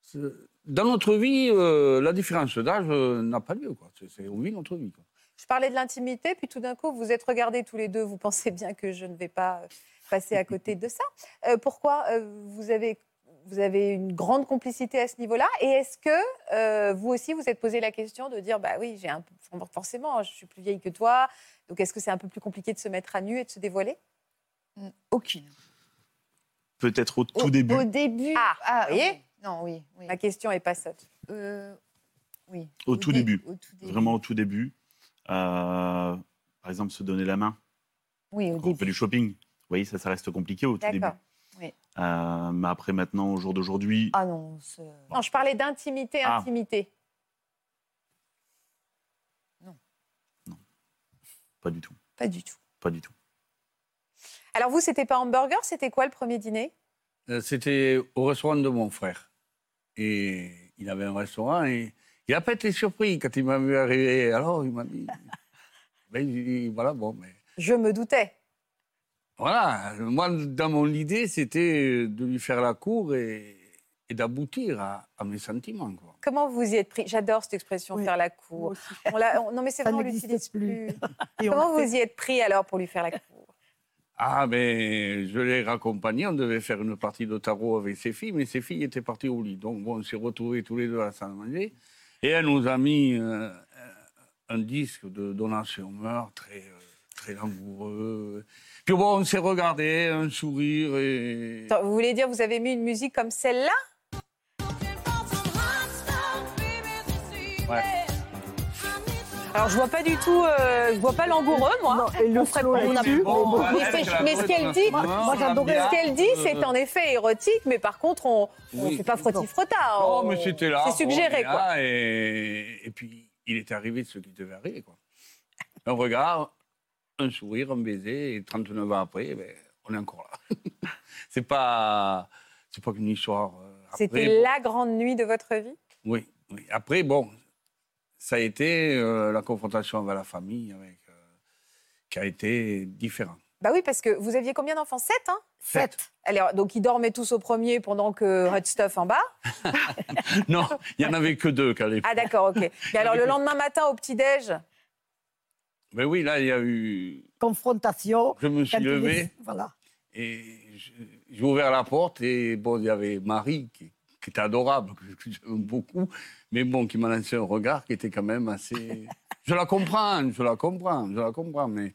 c'est- dans notre vie, euh, la différence d'âge euh, n'a pas lieu. Quoi. C'est- c'est- on vit notre vie. quoi.
Je parlais de l'intimité, puis tout d'un coup, vous êtes regardés tous les deux. Vous pensez bien que je ne vais pas euh, passer à côté de ça. Euh, pourquoi euh, vous, avez, vous avez une grande complicité à ce niveau-là Et est-ce que euh, vous aussi, vous êtes posé la question de dire, bah oui, j'ai un peu, forcément, je suis plus vieille que toi, donc est-ce que c'est un peu plus compliqué de se mettre à nu et de se dévoiler
Mm, Aucune.
Peut-être au tout
Au-
début.
Au début.
Ah, vous voyez
oui. Non, oui. oui.
Ma question est pas sotte.
Euh, oui.
Au tout
dé-
début.
au tout début.
Vraiment au tout début. Euh, par exemple, se donner la main
Oui, au
quand on fait
début.
du shopping. Vous voyez, ça, ça reste compliqué au tout début.
D'accord.
Oui.
Euh, mais après, maintenant, au jour d'aujourd'hui,
Ah non, c'est-
Non, je parlais d'intimité,
Ah.
intimité.
pas du tout.
Pas du tout.
Pas du tout.
Alors vous, c'était pas hamburger, c'était quoi le premier dîner
Euh, C'était au restaurant de mon frère. Et il avait un restaurant et il a pas été surpris quand il m'a vu arriver. Alors il m'a dit, ben, j'ai dit, voilà, bon, mais
Je me doutais.
voilà. Moi, dans mon idée, c'était de lui faire la cour et, et d'aboutir à, à mes sentiments. Quoi.
Comment vous y êtes pris J'adore cette expression, faire la cour. On l'a- on- non mais c'est vrai, on l'utilise plus. Comment vous y êtes pris alors pour lui faire la cour
Ah, mais je l'ai raccompagné. On devait faire une partie de tarot avec ses filles, mais ses filles étaient parties au lit. Donc, bon, on s'est retrouvés tous les deux à la salle à manger. Et elle nous a mis euh, un disque de Donna Summer, très, euh, très langoureux. Puis bon, on s'est regardé, un sourire et.
Attends, Vous voulez dire vous avez mis une musique comme celle-là
Ouais.
Alors je vois pas du tout, euh, je vois pas langoureux moi. on ferait pas- on a-
là-dessus, bon,
Mais
avec
c'est-
la
mais ce
botte,
qu'elle dit,
moi, moi, j'adorais.
ce qu'elle dit, c'est en effet érotique, mais par contre on, on
Oui.
fait pas frotti frotta.
Non, Oh, mais c'était là.
Oh, C'est suggéré
on est
quoi.
là, Et... et puis, il est arrivé ce qui devait arriver. Quoi. Un regard, un sourire, un baiser, et 39 ans après, ben, on est encore là. c'est pas, c'est pas qu'une histoire. euh,
C'était
après,
la grande nuit de votre vie.
Oui, oui. Après, bon, ça a été euh, la confrontation avec la famille, avec, euh, qui a été différente.
Bah oui, parce que vous aviez combien d'enfants Sept, hein
Sept.
Alors, donc ils dormaient tous au premier pendant que
Ah.
Hot Stuff en bas.
non, il y en avait que deux qui allaient.
Ah d'accord, ok. Mais alors le lendemain matin au petit-déj,
Mais Ben oui, là, il y a eu.
Confrontation.
Je me suis
Quand il est-
levé.
Voilà.
Et je- j'ai ouvert la porte et bon, il y avait Marie qui, qui était adorable, que j'aime beaucoup, mais bon, qui m'a lancé un regard qui était quand même assez. je la comprends, je la comprends, je la comprends, mais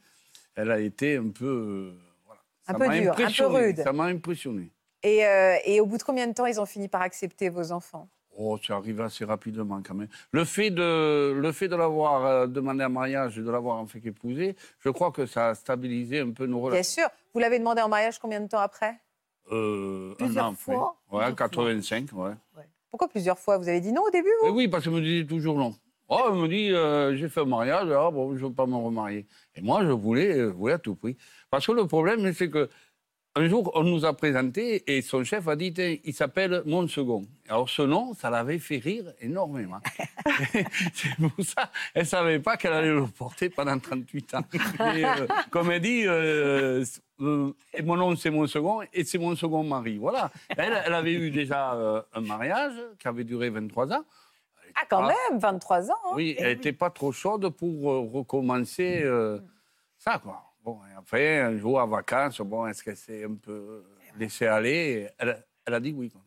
elle a été un peu. euh, voilà.
Un
Ça
peu
m'a
dure, un peu
impressionné,
rude.
Ça m'a impressionné.
et, euh, et au bout de combien de temps ils ont fini par accepter vos enfants
Oh, c'est arrivé assez rapidement quand même. Le fait de, le fait de l'avoir euh, demandé en mariage et de l'avoir en fait épousé, je crois que ça a stabilisé un peu nos
Bien
relations.
sûr. Vous l'avez demandé en mariage combien de temps après
Euh,
Plusieurs
un an après.
fois,
Ouais, 85, ouais.
Pourquoi plusieurs fois Vous avez dit non au début,
Eh oui, parce qu'elle me disait toujours non. Oh, elle me dit, euh, j'ai fait un mariage, ah, bon, je ne veux pas me remarier. Et moi, je voulais, euh, je voulais à tout prix. Parce que le problème, c'est que un jour, on nous a présenté et son chef a dit, Tiens, il s'appelle mon second. Alors, ce nom, ça l'avait fait rire énormément. c'est pour ça, elle ne savait pas qu'elle allait le porter pendant 38 ans. Mais, euh, comme elle dit, euh, euh, et mon nom, c'est mon second, et c'est mon second mari. Voilà. Elle, elle avait eu déjà euh, un mariage qui avait duré 23 ans.
Ah, quand
Ah.
même, 23 ans. hein.
Oui, elle n'était pas trop chaude pour euh, recommencer euh, ça, quoi. Bon, et après, un jour, en vacances, bon, est-ce qu'elle s'est un peu laissée aller elle, elle a dit oui. quoi.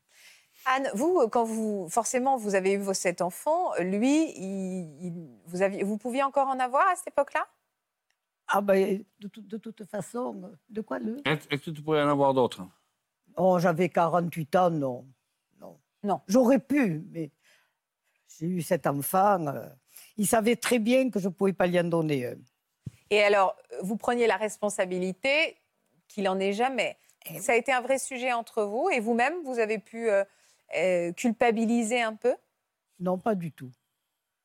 Anne, vous, euh, quand vous, forcément, vous avez eu vos sept enfants, euh, lui, il- il- vous, aviez, vous pouviez encore en avoir à cette époque-là
Ah ben, de, tout- de toute façon, de quoi le
Est-ce est-ce que tu pourrais en avoir d'autres
Oh, j'avais 48 ans, non. Non.
non.
J'aurais pu, mais j'ai eu cet enfant. euh, il savait très bien que je ne pouvais pas lui en donner un.
Et alors, euh, vous preniez la responsabilité qu'il en ait jamais.
Eh
Ça a été un vrai sujet entre vous et vous-même, vous avez pu euh, euh, culpabiliser un peu
Non, pas du tout.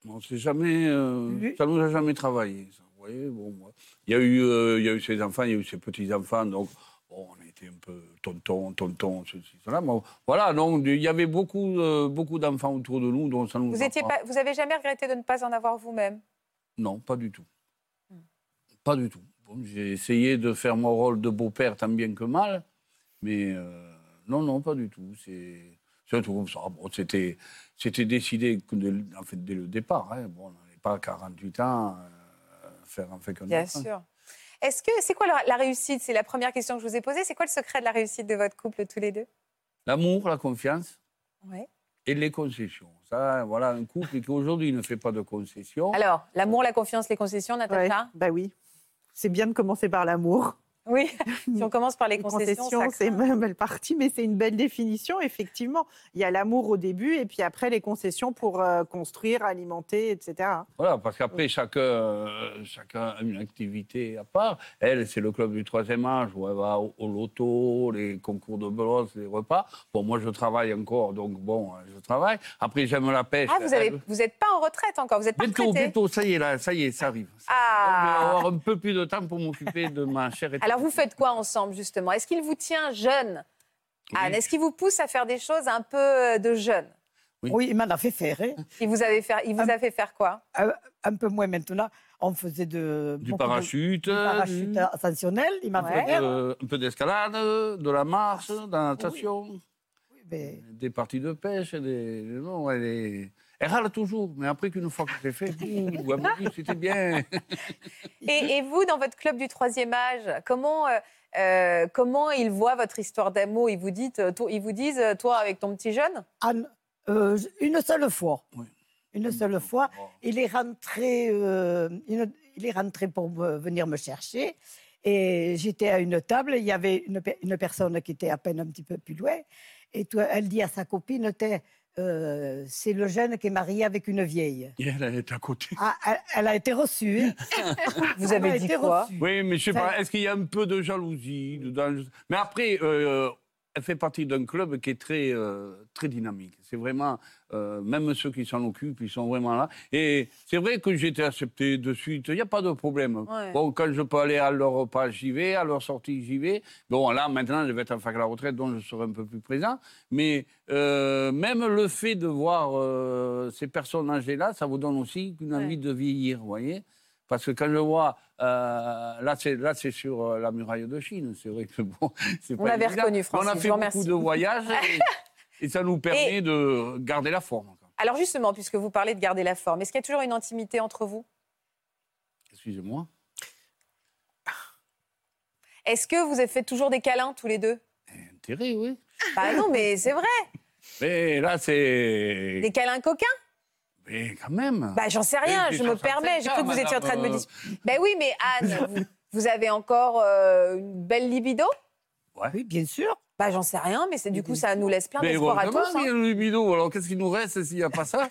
On sait jamais. euh, Ça nous a jamais travaillé. ça. Vous voyez, bon, moi. Il y a eu, euh, il y a eu ses enfants, il y a eu ses petits enfants, donc bon, on était un peu tonton, tonton, ceci, cela. mais voilà, donc il y avait beaucoup, euh, beaucoup d'enfants autour de nous, donc ça nous.
Vous
a
n'avez pas, vous avez jamais regretté de ne pas en avoir vous-même
Non, pas du tout.
Hmm.
Pas du tout. Bon, j'ai essayé de faire mon rôle de beau-père tant bien que mal, mais euh, non, non, pas du tout. C'est c'est un truc comme ça. Bon, c'était, c'était décidé que dès, le- en fait, dès le départ. hein. Bon, on n'avait pas à 48 ans euh, faire un fait comme
Bien
ça.
sûr. Est-ce que c'est quoi la, la réussite C'est la première question que je vous ai posée. C'est quoi le secret de la réussite de votre couple tous les deux
L'amour, la confiance
Ouais.
et les concessions. Ça, voilà, un couple qui aujourd'hui ne fait pas de concessions.
Alors, l'amour, la confiance, les concessions, Natacha
Bah oui. C'est bien de commencer par l'amour.
Oui, si on commence par les concessions,
concessions,
ça
c'est même mal parti, mais c'est une belle définition, effectivement. Il y a l'amour au début et puis après les concessions pour euh, construire, alimenter, etc.
Voilà, parce qu'après, chacun, euh, chacun a une activité à part. Elle, c'est le club du troisième âge où elle va au, au loto, les concours de brosse, les repas. Bon, moi, je travaille encore, donc bon, euh, je travaille. Après, j'aime la pêche.
Ah, vous
Elle-
n'êtes pas en retraite encore, vous êtes pas
Bientôt,
retraité.
bientôt, ça y est, là, ça y est, ça arrive. Ça- Je vais
Ah
avoir un peu plus de temps pour m'occuper de ma chère étoile.
Alors vous faites quoi ensemble justement Est-ce qu'il vous tient jeune Anne, est-ce qu'il vous pousse à faire des choses un peu euh, de jeune
Oui, il m'en a fait faire. hein.
Il vous, avait fait,
Hum.
il vous a fait faire quoi
Un, un peu moins maintenant. On faisait de,
Du
beaucoup de-
parachute,
du parachute ascensionnel. Il m'a fait faire.
Euh, un peu d'escalade, de la marche, de la natation,
mais-
des parties de pêche. Des... Non, elle, est... elle râle toujours, mais après qu'une fois que c'est fait, ouh, elle me dit, c'était bien.
Mhm.
et, et vous, dans votre club du troisième âge, comment, euh, euh, comment ils voient votre histoire d'amour ils vous, disent, euh, to- ils vous disent, euh, toi avec ton petit jeune
Anne, euh, une seule fois. Une seule fois. Il est rentré, euh, une- il est rentré pour me- venir me chercher. Et j'étais à une table, il y avait une, pe- une personne qui était à peine un petit peu plus loin. Et toi, elle dit à sa copine, T'es, euh, c'est le jeune qui est marié avec une vieille.
Et elle elle est à côté.
Ah, elle, elle a été reçue. hein. Elle a été reçue.
Oui, mais je sais
Enfin-
pas, est-ce qu'il y a un peu de jalousie dedans Je- Mais après, euh, elle fait partie d'un club qui est très, euh, très dynamique. C'est vraiment, euh, même ceux qui s'en occupent, ils sont vraiment là. Et c'est vrai que j'ai été accepté de suite, il n'y a pas de problème.
Ouais.
Bon, quand je peux aller à leur repas, j'y vais, à leur sortie, j'y vais. Bon, là, maintenant, je vais être en fac à la retraite, donc je serai un peu plus présent. Mais euh, même le fait de voir euh, ces personnes âgées-là, ça vous donne aussi une envie de vieillir, vous voyez parce que quand je vois, euh, là c'est là c'est sur euh, la muraille de Chine, c'est vrai que bon, c'est
On
pas
l'avait
évident.
reconnu,
Mais
Francis,
On a
je
fait
vous
beaucoup
remercie.
de voyages et, et ça nous permet de garder la forme.
Alors justement, puisque vous parlez de garder la forme, est-ce qu'il y a toujours une intimité entre vous
Excusez-moi.
Est-ce que vous avez fait toujours des câlins tous les deux
Intérêt, oui.
Bah non, mais c'est vrai.
Mais là c'est.
Des câlins coquins
Mais quand même.
Bah, j'en sais rien,
Mais
je
j'étais
me
en train de
permets. J'ai
faire,
cru que vous étiez en train de me
madame, euh,
dire. Ben oui, mais Anne, vous, vous avez encore euh, une belle libido
Oui,
bien sûr.
Bah, j'en sais rien, mais c'est du coup, ça nous laisse plein
Mais
d'espoir à tous.
heureusement, il y a
hein.
le libido. Alors qu'est-ce qu'il nous reste s'il n'y a pas ça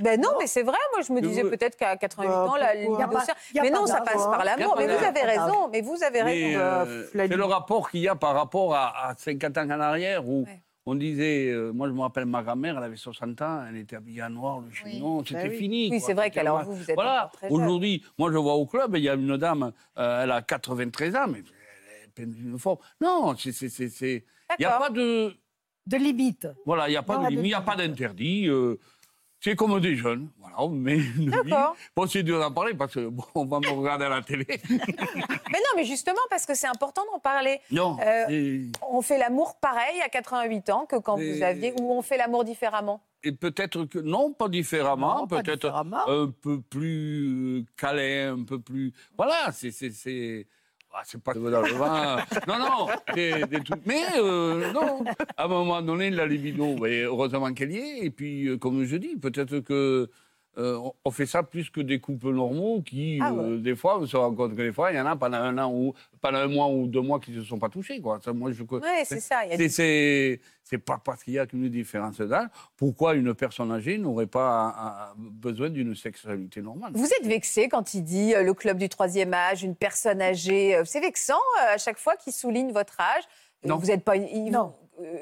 Ben non, mais c'est vrai, moi, je me
Que
disais
vous-
peut-être qu'à 88
Bah,
ans,
pourquoi
la libido.
Y a
sert-
pas- y a
Mais
pas
non, ça
d'âge,
passe
hein.
par
Y a
l'amour.
pas
Mais vous
d'âge.
avez raison, mais vous avez
Mais,
raison.
euh, c'est le rapport qu'il y a par rapport à, à 50 ans en arrière où on disait, euh, moi je me rappelle ma grand-mère, elle avait 60 ans, elle était habillée en noir, le chignon, c'était
oui.
fini.
Oui,
quoi.
c'est vrai
C'était
qu'alors
vraiment-
vous, vous êtes
Voilà,
encore très jeune.
aujourd'hui, moi je vois au club, il y a une dame, euh, elle a 93 ans, mais elle est pleine d'une forme. Non, c'est. c'est- c'est- c'est- Il n'y a pas de.
De limite.
Voilà, il n'y a pas
Non,
de
la
limite, il n'y a pas d'interdit. euh, c'est comme des jeunes, voilà, mais une vie. Bon, c'est dur d'en parler parce que bon, on va me regarder à la télé.
Mais non, mais justement, parce que c'est important d'en parler.
Non.
Euh,
c'est-
on fait l'amour pareil à 88 ans que quand vous
Mais-
aviez, ou on fait l'amour différemment
Et peut-être que non, pas différemment, peut-être un peu plus euh, câlin, un peu plus. Voilà, c'est c'est c'est. Ah, c'est pas dans le vin. Non, non, des, des trucs. Mais euh, non, à un moment donné, la libido, mais heureusement qu'elle y est. Et puis, euh, comme je dis, peut-être que euh, on- on fait ça plus que des couples normaux qui,
Ah
euh, des fois, on se rend compte que des fois, il y en a pendant un an ou pendant un mois ou deux mois qui ne se sont pas touchés. Quoi. Ça, moi, je...
Ouais, c'est ça, il y a
C'est-
des-
c'est c'est pas parce qu'il y a qu'une différence d'âge. Pourquoi une personne âgée n'aurait pas euh, besoin d'une sexualité normale
Vous êtes vexé quand il dit euh, le club du troisième âge, une personne âgée. euh, C'est vexant euh, à chaque fois qu'il souligne votre âge. Euh,
Non.
Vous n'êtes pas une. il- euh,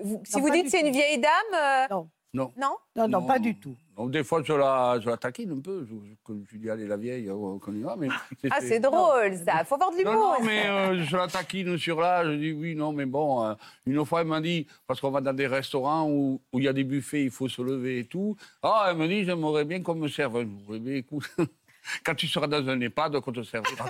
vous- si
Non,
vous
pas
dites
du
c'est une
tout.
vieille dame. euh,
non.
Non.
Non
Non, non, pas du tout.
Donc, des fois, je la, je la taquine un peu. Je, je- comme je dis, allez, la vieille, euh, qu'on y va. Mais
Ah, c'est drôle, ça. Faut avoir de
Non,
l'humour.
non, mais euh, je la taquine sur là, je dis oui, non, mais bon. euh, une fois, elle m'a dit, parce qu'on va dans des restaurants où où il y a des buffets, il faut se lever et tout. Ah, elle me dit, j'aimerais bien qu'on me serve un jour. Eh bien, écoute, quand tu seras dans un EHPAD, qu'on te servira.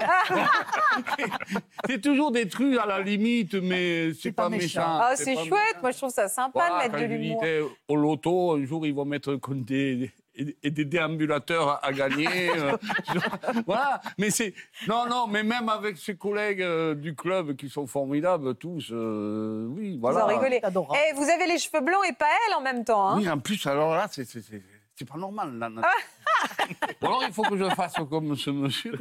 c'est toujours des trucs à la limite, mais c'est pas, méchant.
Ah,
c'est
c'est
pas
chouette. Moi, je trouve ça sympa
voilà,
de
Ah, quand
mettre de
je dis,
l'humour.
t'es au loto, un jour, ils vont mettre comme des, et- et des déambulateurs à gagner. euh, je- voilà. Mais c'est. Non, non, mais même avec ses collègues euh, du club qui sont formidables, tous, euh, oui,
Vous
voilà.
en rigolez. Eh, vous avez les cheveux blancs et pas elle en même temps. hein.
Oui, en plus, alors là, c'est- c'est c'est- c'est pas normal. là, là.
Ah.
Ou alors il faut que je fasse comme ce monsieur.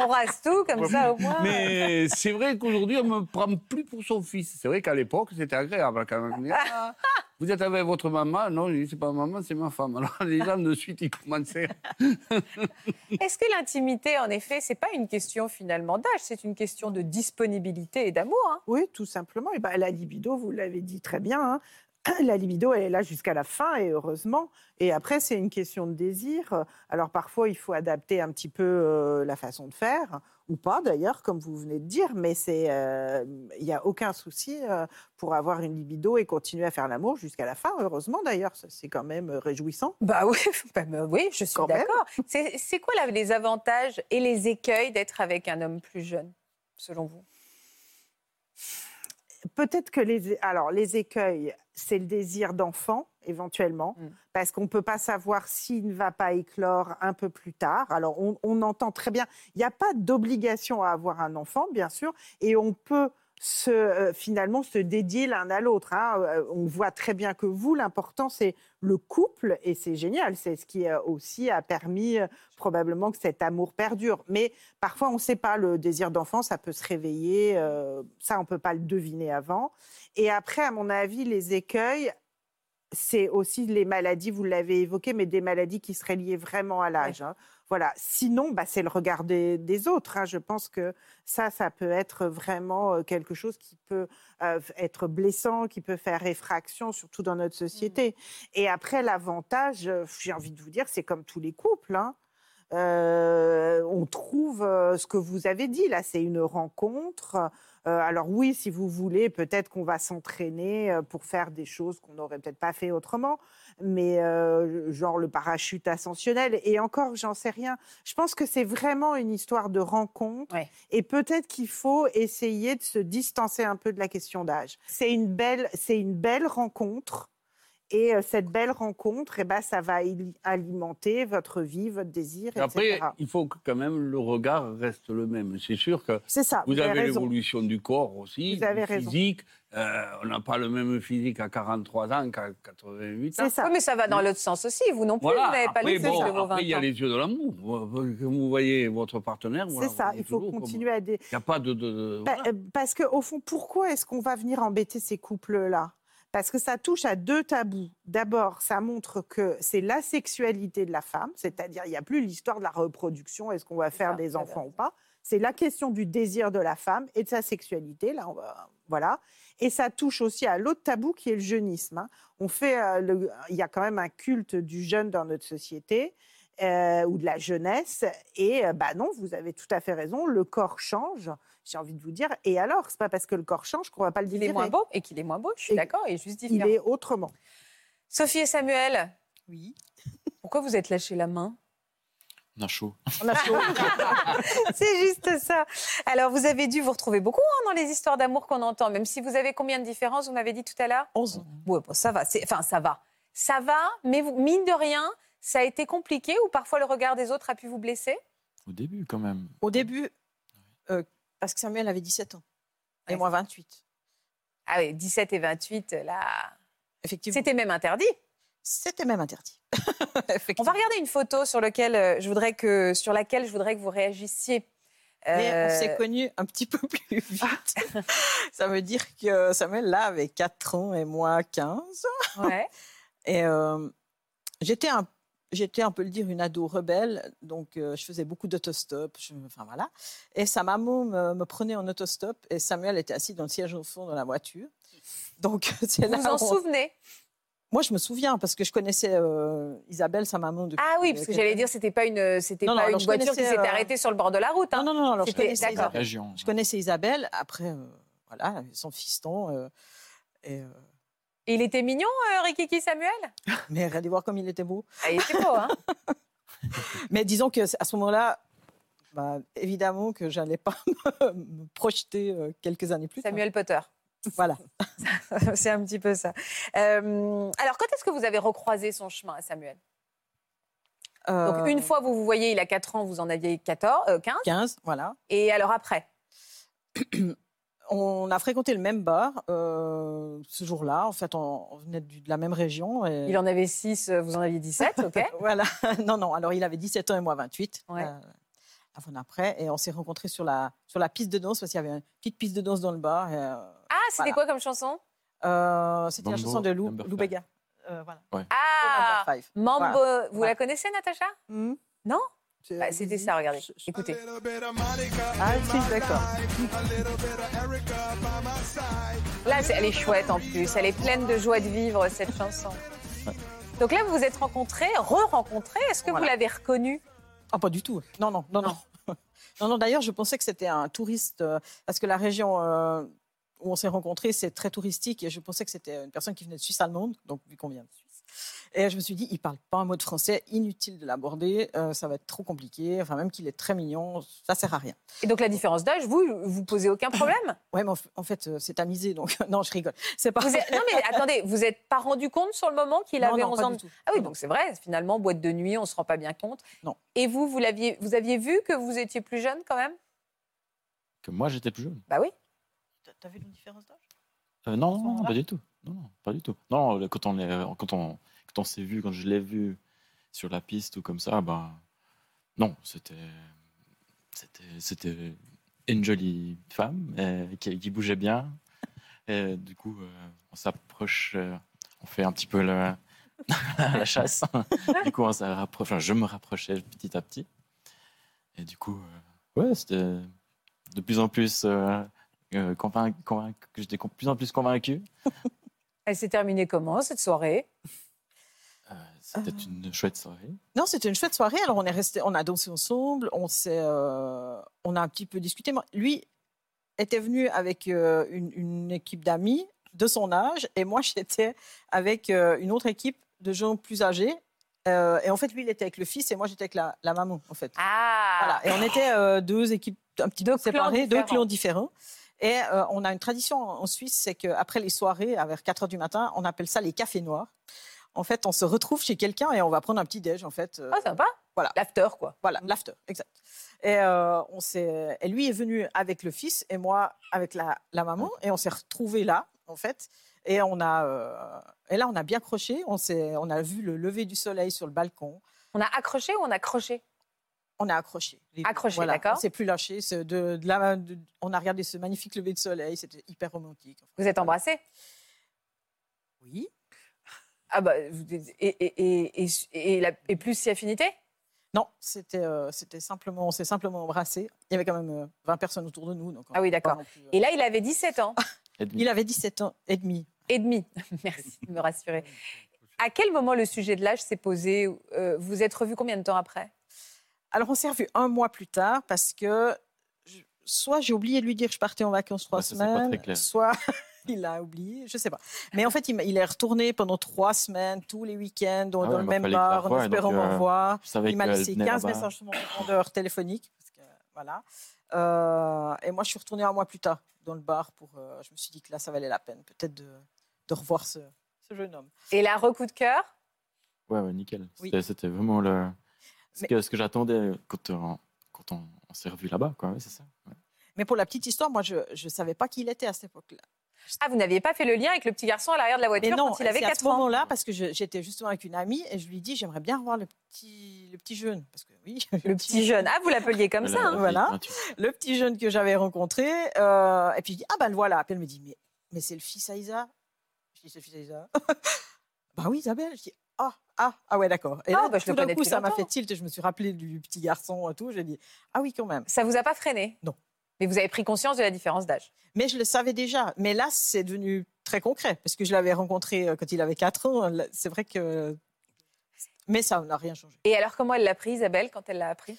On rase tout comme ça au moins.
Mais c'est vrai qu'aujourd'hui, on ne me prend plus pour son fils. C'est vrai qu'à l'époque, c'était agréable quand même. On disait, Ah, Vous êtes avec votre maman Non, je dis, c'est pas ma maman, c'est ma femme. Alors les gens de suite, ils commençaient.
Est-ce que l'intimité, en effet, c'est pas une question finalement d'âge, c'est une question de disponibilité et d'amour. hein.
Oui, tout simplement. Et ben, la libido, vous l'avez dit très bien, hein, la libido, elle est là jusqu'à la fin, et heureusement. Et après, c'est une question de désir. Alors parfois, il faut adapter un petit peu euh, la façon de faire, ou pas d'ailleurs, comme vous venez de dire, mais c'est, euh, il n'y a aucun souci euh, pour avoir une libido et continuer à faire l'amour jusqu'à la fin, heureusement d'ailleurs. Ça, C'est quand même euh, réjouissant.
Bah oui, bah, bah oui, je suis d'accord. C'est c'est quoi là, les avantages et les écueils d'être avec un homme plus jeune, selon vous
peut-être que les, alors, les écueils, c'est le désir d'enfant, éventuellement, parce qu'on ne peut pas savoir s'il ne va pas éclore un peu plus tard. Alors, on, on entend très bien, il n'y a pas d'obligation à avoir un enfant, bien sûr, et on peut se, euh, finalement se dédier l'un à l'autre. hein. Euh, On voit très bien que vous, l'important, c'est le couple, et c'est génial. C'est ce qui euh, aussi a permis euh, probablement que cet amour perdure. Mais parfois, on ne sait pas, le désir d'enfant, ça peut se réveiller, euh, ça, on ne peut pas le deviner avant. Et après, à mon avis, les écueils, c'est aussi les maladies, vous l'avez évoqué, mais des maladies qui seraient liées vraiment à l'âge. hein. Voilà. Sinon, bah, c'est le regard des, des autres. hein. Je pense que ça, ça peut être vraiment euh, quelque chose qui peut euh, être blessant, qui peut faire réfraction, surtout dans notre société. Et après, l'avantage, euh, j'ai envie de vous dire, c'est comme tous les couples. hein. Euh, on trouve euh, ce que vous avez dit là, c'est une rencontre. Euh, alors oui, si vous voulez, peut-être qu'on va s'entraîner euh, pour faire des choses qu'on n'aurait peut-être pas fait autrement, mais euh, genre le parachute ascensionnel. Et encore, j'en sais rien. Je pense que c'est vraiment une histoire de rencontre, et peut-être qu'il faut essayer de se distancer un peu de la question d'âge. C'est une belle, c'est une belle rencontre. Et euh, cette belle rencontre, eh ben, ça va il- alimenter votre vie, votre désir, etc.
Après, il faut que quand même le regard reste le même. C'est sûr que
C'est ça,
vous,
vous avez
avez
raison.
l'évolution du corps aussi,
Vous avez
du
raison.
physique. Euh, on n'a pas le même physique à 43 ans qu'à 88 ans.
Oui, mais ça va dans l'autre sens aussi. Vous non plus,
Voilà.
vous n'avez pas
Après,
les yeux
bon,
de vos 20
après, il y a
ans.
les yeux de l'amour. Vous- Comme vous voyez votre partenaire,
C'est
voilà,
ça,
vous
il
êtes
faut
toujours comme-
continuer à... dé-
Il n'y a pas de... de- de-
Pa- euh, Parce que au fond, pourquoi est-ce qu'on va venir embêter ces couples-là Parce que ça touche à deux tabous. D'abord, ça montre que c'est la sexualité de la femme, c'est-à-dire il n'y a plus l'histoire de la reproduction, est-ce qu'on va faire des enfants ou pas C'est la question du désir de la femme et de sa sexualité. Là, on va- voilà. Et ça touche aussi à l'autre tabou qui est le jeunisme. hein. On fait, euh, le- il y a quand même un culte du jeune dans notre société euh, ou de la jeunesse. Et euh, bah non, vous avez tout à fait raison, le corps change, j'ai envie de vous dire. Et alors, c'est pas parce que le corps change qu'on va pas le
Il
désirer.
est moins beau et qu'il est moins beau, je suis d'accord, il est juste
Il
différent.
est autrement.
Sophie et Samuel Oui. Pourquoi vous êtes lâché la main
On a chaud.
C'est juste ça. Alors, vous avez dû vous retrouver beaucoup hein, dans les histoires d'amour qu'on entend, même si vous avez combien de différences, vous m'avez dit tout à l'heure
11.
Oui, bon, ça va. c'est- Enfin, ça va. Ça va, mais vous- mine de rien, ça a été compliqué ou parfois le regard des autres a pu vous blesser
Au début, quand même.
Au début, euh, parce que Samuel avait 17 ans et moi 28.
Ah oui, 17 et 28, là.
Effectivement.
C'était même interdit.
C'était même interdit.
On va regarder une photo sur, lequel, euh, je voudrais que, sur laquelle je voudrais que vous réagissiez.
Mais on s'est
Euh, Ah.
connus un petit peu plus vite. ça veut dire que Samuel, là, avait 4 ans et moi 15.
Ouais.
et euh, j'étais, un, j'étais, on peut le dire, une ado rebelle. Donc, euh, je faisais beaucoup d'autostop. je- Enfin, voilà. Et sa maman me, me prenait en autostop et Samuel était assis dans le siège au fond de la voiture. Donc, c'est
Vous
là
vous
où
en
on-
souvenez
Moi, je me souviens parce que je connaissais euh, Isabelle, sa maman. Depuis euh,
Ah oui, parce que
quelques
j'allais
années.
dire, c'était pas une, c'était
Non, non,
pas
alors
une
je
voiture qui
connaissais,
s'était
euh,
arrêtée sur le bord de la route. hein.
Non, non, non, alors je
C'était-
connaissais
d'accord.
Isabelle.
Région,
Je connaissais Isabelle, après, euh, voilà, son fiston. euh, et, euh,
Et Il était mignon, euh, Rikiki Samuel
mais allez voir comme il était beau.
Ah, Il était beau, hein
Mais disons que à ce moment-là, bah, évidemment que j'allais pas me, me projeter euh, quelques années plus tard.
Samuel Potter.
Voilà.
C'est un petit peu ça. Euh, alors, quand est-ce que vous avez recroisé son chemin à Samuel
Euh,
Donc, une fois, vous vous voyez, il a 4 ans, vous en aviez 14, euh, 15.
15, voilà.
Et alors après
on a fréquenté le même bar euh, ce jour-là. En fait, on, on venait du- de la même région.
Il en avait 6, vous en aviez 17, ok
Voilà. Non, non, alors il avait 17 ans et moi 28.
Ouais.
euh, avant après. Et on s'est rencontrés sur la, sur la piste de danse parce qu'il y avait une petite piste de danse dans le bar. et, euh,
Ah, c'était
voilà.
quoi comme chanson
Euh, C'était la
Mambo,
chanson de Lou,
Number
Lou
Five.
Bega. Euh, voilà.
Ah
Number Five.
Mambo,
Voilà.
vous
Voilà. Hmm.
la connaissez, Natacha Non Bah, C'était ça, regardez. Écoutez.
Ah, si, d'accord.
Là, c'est- elle est chouette en plus. Elle est pleine de joie de vivre, cette chanson. Donc là, vous vous êtes rencontrés, re-rencontrés. Est-ce que vous l'avez reconnu
Ah, pas du tout. Non, non, non, non. Non, non, d'ailleurs, je pensais que c'était un touriste, euh, parce que la région euh, où on s'est rencontrés, c'est très touristique, et je pensais que c'était une personne qui venait de Suisse allemande, donc vu qu'on vient de Suisse. Et je me suis dit, il parle pas un mot de français, inutile de l'aborder, euh, ça va être trop compliqué, enfin, même qu'il est très mignon, ça sert à rien.
Et donc la différence d'âge, vous, vous posez aucun problème
Ouais, mais en f- en fait, euh, c'est amusé, donc non, je rigole. C'est pas
Vous êtes- Non, mais attendez, vous n'êtes pas rendu compte sur le moment qu'il
Non,
avait
non,
11
pas
ans
du
de-
tout.
Ah oui, donc c'est vrai, finalement, boîte de nuit, on ne se rend pas bien compte.
Non.
Et vous, vous, l'aviez, vous aviez vu que vous étiez plus jeune quand même
Que moi, j'étais plus jeune.
Bah oui.
T'as vu une différence d'âge
Euh, non, non, non, pas du tout. Non, non, pas du tout. Non, le- quand on, est- euh, quand on, quand on s'est vu, quand je l'ai vu sur la piste ou comme ça, ben, non, c'était, c'était, c'était une jolie femme euh, qui, qui bougeait bien. Et du coup, euh, on s'approche, euh, on fait un petit peu le- la chasse. du coup, on s'est rapproché- enfin, je me rapprochais petit à petit. Et du coup, euh, ouais, c'était de plus en plus euh, euh, convain- convaincu- j'étais de plus en plus convaincu.
Elle s'est terminée comment cette soirée
C'était
Ah.
une chouette soirée.
Non, c'était une chouette soirée. Alors, on est resté, on a dansé ensemble, on s'est, euh, on a un petit peu discuté. Moi, Lui était venu avec euh, une, une équipe d'amis de son âge, et moi, j'étais avec euh, une autre équipe de gens plus âgés. Euh, et en fait, lui, il était avec le fils, et moi, j'étais avec la, la maman, en fait.
Ah
Voilà. Et on était euh, deux équipes un petit peu séparées, deux
différents.
clans différents. Et euh, on a une tradition en en Suisse, c'est qu'après les soirées, à vers 4 heures du matin, on appelle ça les cafés noirs. En fait, on se retrouve chez quelqu'un et on va prendre un petit déj, en fait. euh,
Ah, sympa
voilà.
L'after, quoi. Mm.
Voilà, l'after, exact. Et, euh, on s'est- et lui est venu avec le fils et moi avec la, la maman. Et on s'est retrouvés là, en fait. Et, on a, euh, et là, on a bien croché. On, s'est- on a vu le lever du soleil sur le balcon.
On a accroché ou on a croché
On a accroché. Les-
Accroché,
voilà,
d'accord.
On s'est plus lâché. c'est De, de la- de- on a regardé ce magnifique lever de soleil. C'était hyper romantique.
Vous êtes embrassés
Oui.
Ah bah, vous- et, et, et, et, et la- et plus si affinité
Non, c'était euh, c'était simplement, on s'est simplement embrassés. Il y avait quand même euh, 20 personnes autour de nous. Donc
Ah oui, d'accord.
euh.
Et là, il avait 17 ans
Il avait 17 ans et demi.
et demi. Merci de me rassurer. À quel moment le sujet de l'âge s'est posé Euh, Vous êtes revus combien de temps après
Alors, on s'est revus un mois plus tard Ah, parce que je- soit j'ai oublié de lui dire que je partais en vacances trois
Ouais, ça, c'est pas très
semaines,
clair.
soit il a oublié, je sais pas. Mais en fait, il, m'a- il est retourné pendant trois semaines, tous les week-ends, dans,
Ah
dans
ouais,
le
moi,
même
fallait que je la
bar, en
revoie,
espérant
donc,
me
euh,
revoir.
je savais
Il m'a
qu'elle
laissé
venait
15
là-bas.
messages sur mon répondeur téléphonique. parce que, voilà. Euh, et moi, je suis retournée un mois plus tard dans le bar. Pour, euh, je me suis dit que là, ça valait la peine peut-être de, de revoir ce, ce jeune homme.
Et là, recoup de cœur
Ouais, ouais, nickel.
Oui.
C'était- C'était vraiment le... ce
Mais-
que, ce que j'attendais quand, on- quand on, on s'est revu là-bas, quoi. ouais, c'est ça. ouais.
Mais pour la petite histoire, moi, je ne savais pas qui il était à cette époque-là.
Ah, vous n'aviez pas fait le lien avec le petit garçon à l'arrière de la voiture
Mais non,
quand il avait
c'est à
4
ce
ans
moment-là, parce que je- j'étais justement avec une amie et je lui dis j'aimerais bien revoir le petit, le petit jeune. Parce que oui,
Le petit jeune. Ah, vous l'appeliez comme
Elle
ça
a-
hein.
elle a
Voilà.
fait un truc.
le petit jeune que j'avais rencontré. euh, et puis je dis ah ben le voilà. Puis elle me dit mais, mais c'est le fils à Isa. Je dis c'est le fils à Isa. bah oui, Isabelle. Je dis ah, ah, ah ouais, d'accord. Et
Ah,
là,
bah, je
tout
le
d'un
connais
coup,
depuis
ça m'a
longtemps.
fait tilt. Je me suis rappelé du petit garçon et tout. J'ai dit ah oui, quand même.
Ça vous a pas freiné
Non.
Mais vous avez pris conscience de la différence d'âge.
Mais je le savais déjà. Mais là, c'est devenu très concret parce que je l'avais rencontré euh, quand il avait 4 ans. Là, C'est vrai que. Mais ça n'a rien changé.
Et alors, comment elle l'a pris, Isabelle, quand elle l'a appris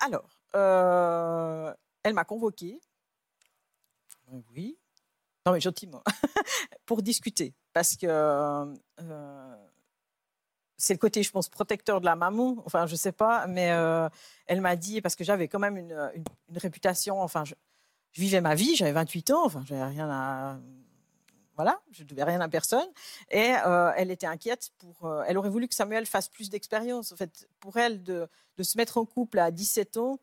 Alors, euh, elle m'a convoquée. Euh, Oui. Non, mais gentiment. pour discuter. Parce que euh, c'est le côté, je pense, protecteur de la maman. Enfin, je sais pas. Mais euh, elle m'a dit, parce que j'avais quand même une, une- une réputation. Enfin, je, je vivais ma vie, j'avais 28 ans. Enfin, j'avais rien à. Voilà, je ne devais rien à personne. Et euh, elle était inquiète. Pour, euh, elle aurait voulu que Samuel fasse plus d'expérience. En fait, pour elle, de, de se mettre en couple à 17 ans,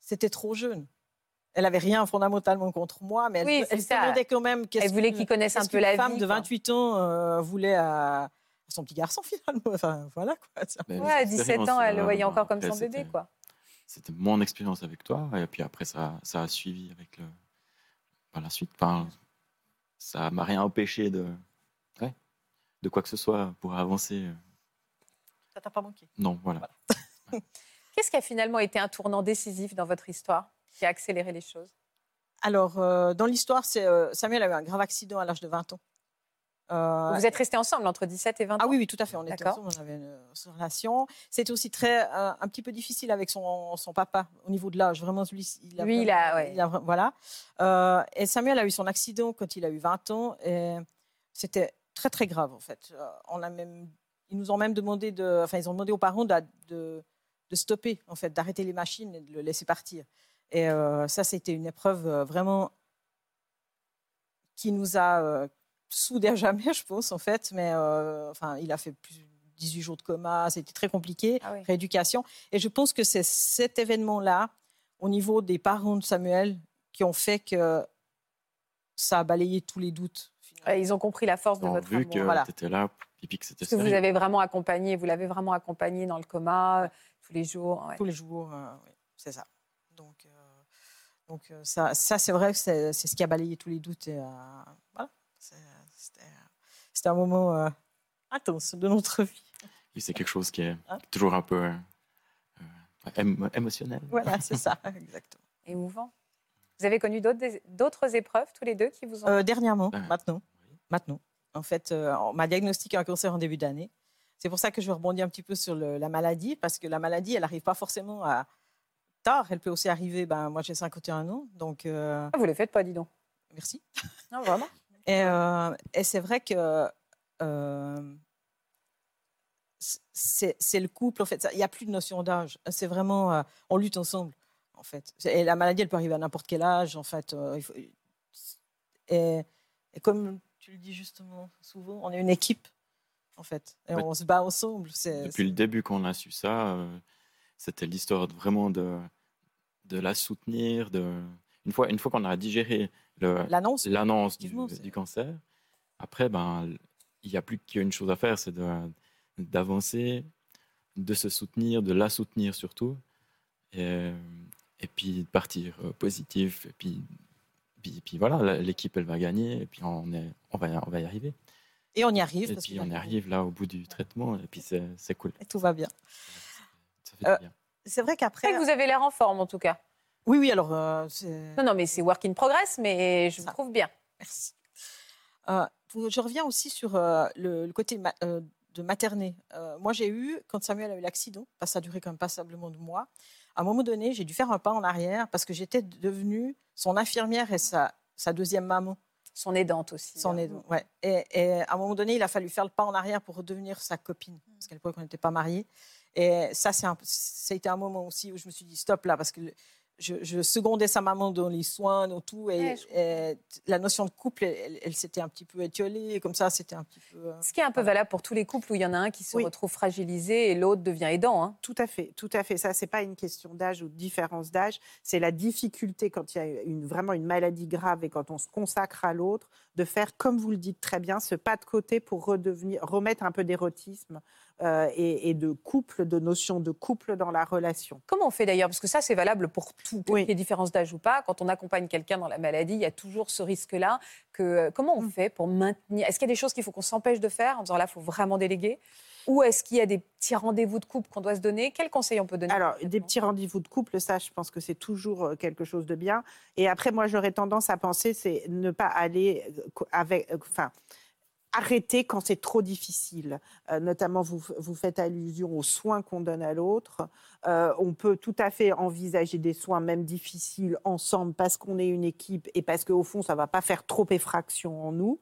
c'était trop jeune. Elle avait rien fondamentalement contre moi, mais elle,
Oui, c'est
elle se
ça.
demandait quand même qu'est-ce
Elle voulait
que-
qu'il connaisse un
qu'est-ce
peu
qu'une
la
femme
vie,
de
quoi.
28 ans euh, voulait à, à son petit garçon finalement. Enfin, voilà quoi.
Mais
Ouais, à
c'est
17 ans,
expérience,
elle le
euh,
voyait encore comme
après,
son bébé,
c'était-
quoi.
C'était mon expérience avec toi, et puis après, ça, ça a suivi avec le, par la suite. Enfin, ça m'a rien empêché de, ouais, de quoi que ce soit pour avancer. euh,
Ça t'a pas manqué.
Non,
Bah,
voilà.
Qu'est-ce qui a finalement été un tournant décisif dans votre histoire qui a accéléré les choses
Alors, euh, dans l'histoire, c'est, euh, Samuel a eu un grave accident à l'âge de 20 ans. Euh,
Vous êtes restés ensemble entre 17 et 20 ans
Ah oui, oui, tout à fait. On était
D'accord.
ensemble, on avait une euh, relation. C'était aussi très euh, un petit peu difficile avec son, son papa au niveau de l'âge. Vraiment, lui, il a,
Lui, il
vraiment-
a, ouais.
il vra- voilà. Euh, et Samuel a eu son accident quand il a eu 20 ans et c'était très très grave en fait. Euh, on a même, ils nous ont même demandé de, enfin, ils ont demandé aux parents d'a- de, de stopper en fait, d'arrêter les machines et de le laisser partir. Et euh, ça, c'était une épreuve euh, vraiment qui nous a euh, soudés à jamais, je pense, en fait. Mais euh, enfin, il a fait plus de 18 jours de coma, c'était très compliqué,
Ah oui.
rééducation. Et je pense que c'est cet événement-là, au niveau des parents de Samuel, qui ont fait que ça a balayé tous les doutes.
Ouais, Euh, Ils ont compris la force de
Bon,
votre
vu
amour.
que
Voilà.
tu étais là, et puis que c'était
Parce que vous
sérieux.
avez vraiment accompagné, vous l'avez vraiment accompagné dans le coma, euh, tous les jours. ouais.
Tous les jours, euh, oui, c'est ça. Donc, euh, donc euh, ça, ça c'est vrai que c'est c'est ce qui a balayé tous les doutes. et, euh, voilà. C'est- C'était c'était un moment euh, intense de notre vie.
Et c'est quelque chose qui est
Hein
toujours un peu euh, euh, émo- émotionnel.
Voilà, c'est ça, exactement.
Émouvant. Vous avez connu d'autres dés- d'autres épreuves, tous les deux, qui vous ont...
Euh, dernièrement,
Ah.
maintenant, maintenant. En fait, euh, on m'a diagnostiqué un cancer en début d'année. C'est pour ça que je vais rebondir un petit peu sur le- la maladie, parce que la maladie, elle n'arrive pas forcément à tard. Elle peut aussi arriver, ben, moi j'ai 51 ans, donc euh,
Ah, vous ne les faites pas, dis donc.
merci.
Non, vraiment.
Et, euh, et c'est vrai que euh, c- c'est c'est le couple, en fait. ça- Il n'y a plus de notion d'âge. C'est vraiment, euh, on lutte ensemble, en fait. C'est- Et la maladie, elle peut arriver à n'importe quel âge, en fait. euh, il faut- et, et comme tu le dis justement souvent, on est une équipe, en fait. Et
Ouais.
on se bat ensemble. c'est-
Depuis le début qu'on a su ça, euh, c'était l'histoire de- vraiment de, de la soutenir. De... Une fois, une fois qu'on a digéré le-
c'est- L'annonce,
l'annonce du,
Effectivement, c'est-
du cancer, après, ben, il n'y a plus qu'une chose à faire, c'est de- d'avancer, de se soutenir, de la soutenir surtout, et, et puis de partir euh, positif. Et puis, puis, puis voilà, la- l'équipe, elle va gagner, et puis on, est, on, va, y- on va y arriver.
et on y arrive.
Et
parce
puis
qu'il
on
y a-
arrive là au bout du traitement, et puis c'est c'est cool.
Et tout va bien.
Ça fait du bien.
Euh, C'est vrai
C'est vrai
qu'après.
que vous avez l'air en forme, en tout cas.
Oui, oui, alors. euh, c'est-
Non, non, mais c'est work in progress, mais je vous
Ça.
trouve bien.
Merci. Euh, pour- je reviens aussi sur euh, le, le côté ma- euh, de materner. Euh, moi, j'ai eu, quand Samuel a eu l'accident, parce que ça a duré quand même passablement de mois, à un moment donné, j'ai dû faire un pas en arrière parce que j'étais devenue son infirmière et sa, sa deuxième maman.
Son aidante aussi.
C'en
hein.
est- ouais. et, et à un moment donné, il a fallu faire le pas en arrière pour redevenir sa copine,
Mmh.
parce qu'à l'époque, on n'était pas mariés. Et ça, c'est un- ça a été un moment aussi où je me suis dit, stop là, parce que le- je, je secondais sa maman dans les soins, dans tout, et,
Ouais, je
et Euh, la notion de couple, elle, elle s'était un petit peu étiolée, et comme ça, c'était un petit peu... euh,
Ce qui est un peu valable pour tous les couples où il y en a un qui se
Oui.
retrouve fragilisé et l'autre devient aidant. hein.
Tout à fait, tout à fait. Ça, c'est pas une question d'âge ou de différence d'âge. C'est la difficulté quand il y a une, vraiment une maladie grave et quand on se consacre à l'autre, de faire, comme vous le dites très bien, ce pas de côté pour redevenir, remettre un peu d'érotisme euh, et, et de couple, de notion de couple dans la relation.
Comment on fait d'ailleurs Parce que ça, c'est valable pour tout, pour
Oui.
qu'il y ait différence d'âge ou pas. Quand on accompagne quelqu'un dans la maladie, il y a toujours ce risque-là. Que euh, Comment
Mm.
on fait pour maintenir Est-ce qu'il y a des choses qu'il faut qu'on s'empêche de faire en disant là, il faut vraiment déléguer Ou est-ce qu'il y a des petits rendez-vous de couple qu'on doit se donner Quels conseils on peut donner
Alors, des
concrètement
petits rendez-vous de couple, ça, je pense que c'est toujours euh, quelque chose de bien. Et après, moi, j'aurais tendance à penser, c'est ne pas aller euh, co- avec, euh, enfin, arrêter quand c'est trop difficile. Euh, notamment, vous, f- vous faites allusion aux soins qu'on donne à l'autre. Euh, on peut tout à fait envisager des soins, même difficiles, ensemble, parce qu'on est une équipe et parce qu'au fond, ça va pas faire trop effraction en nous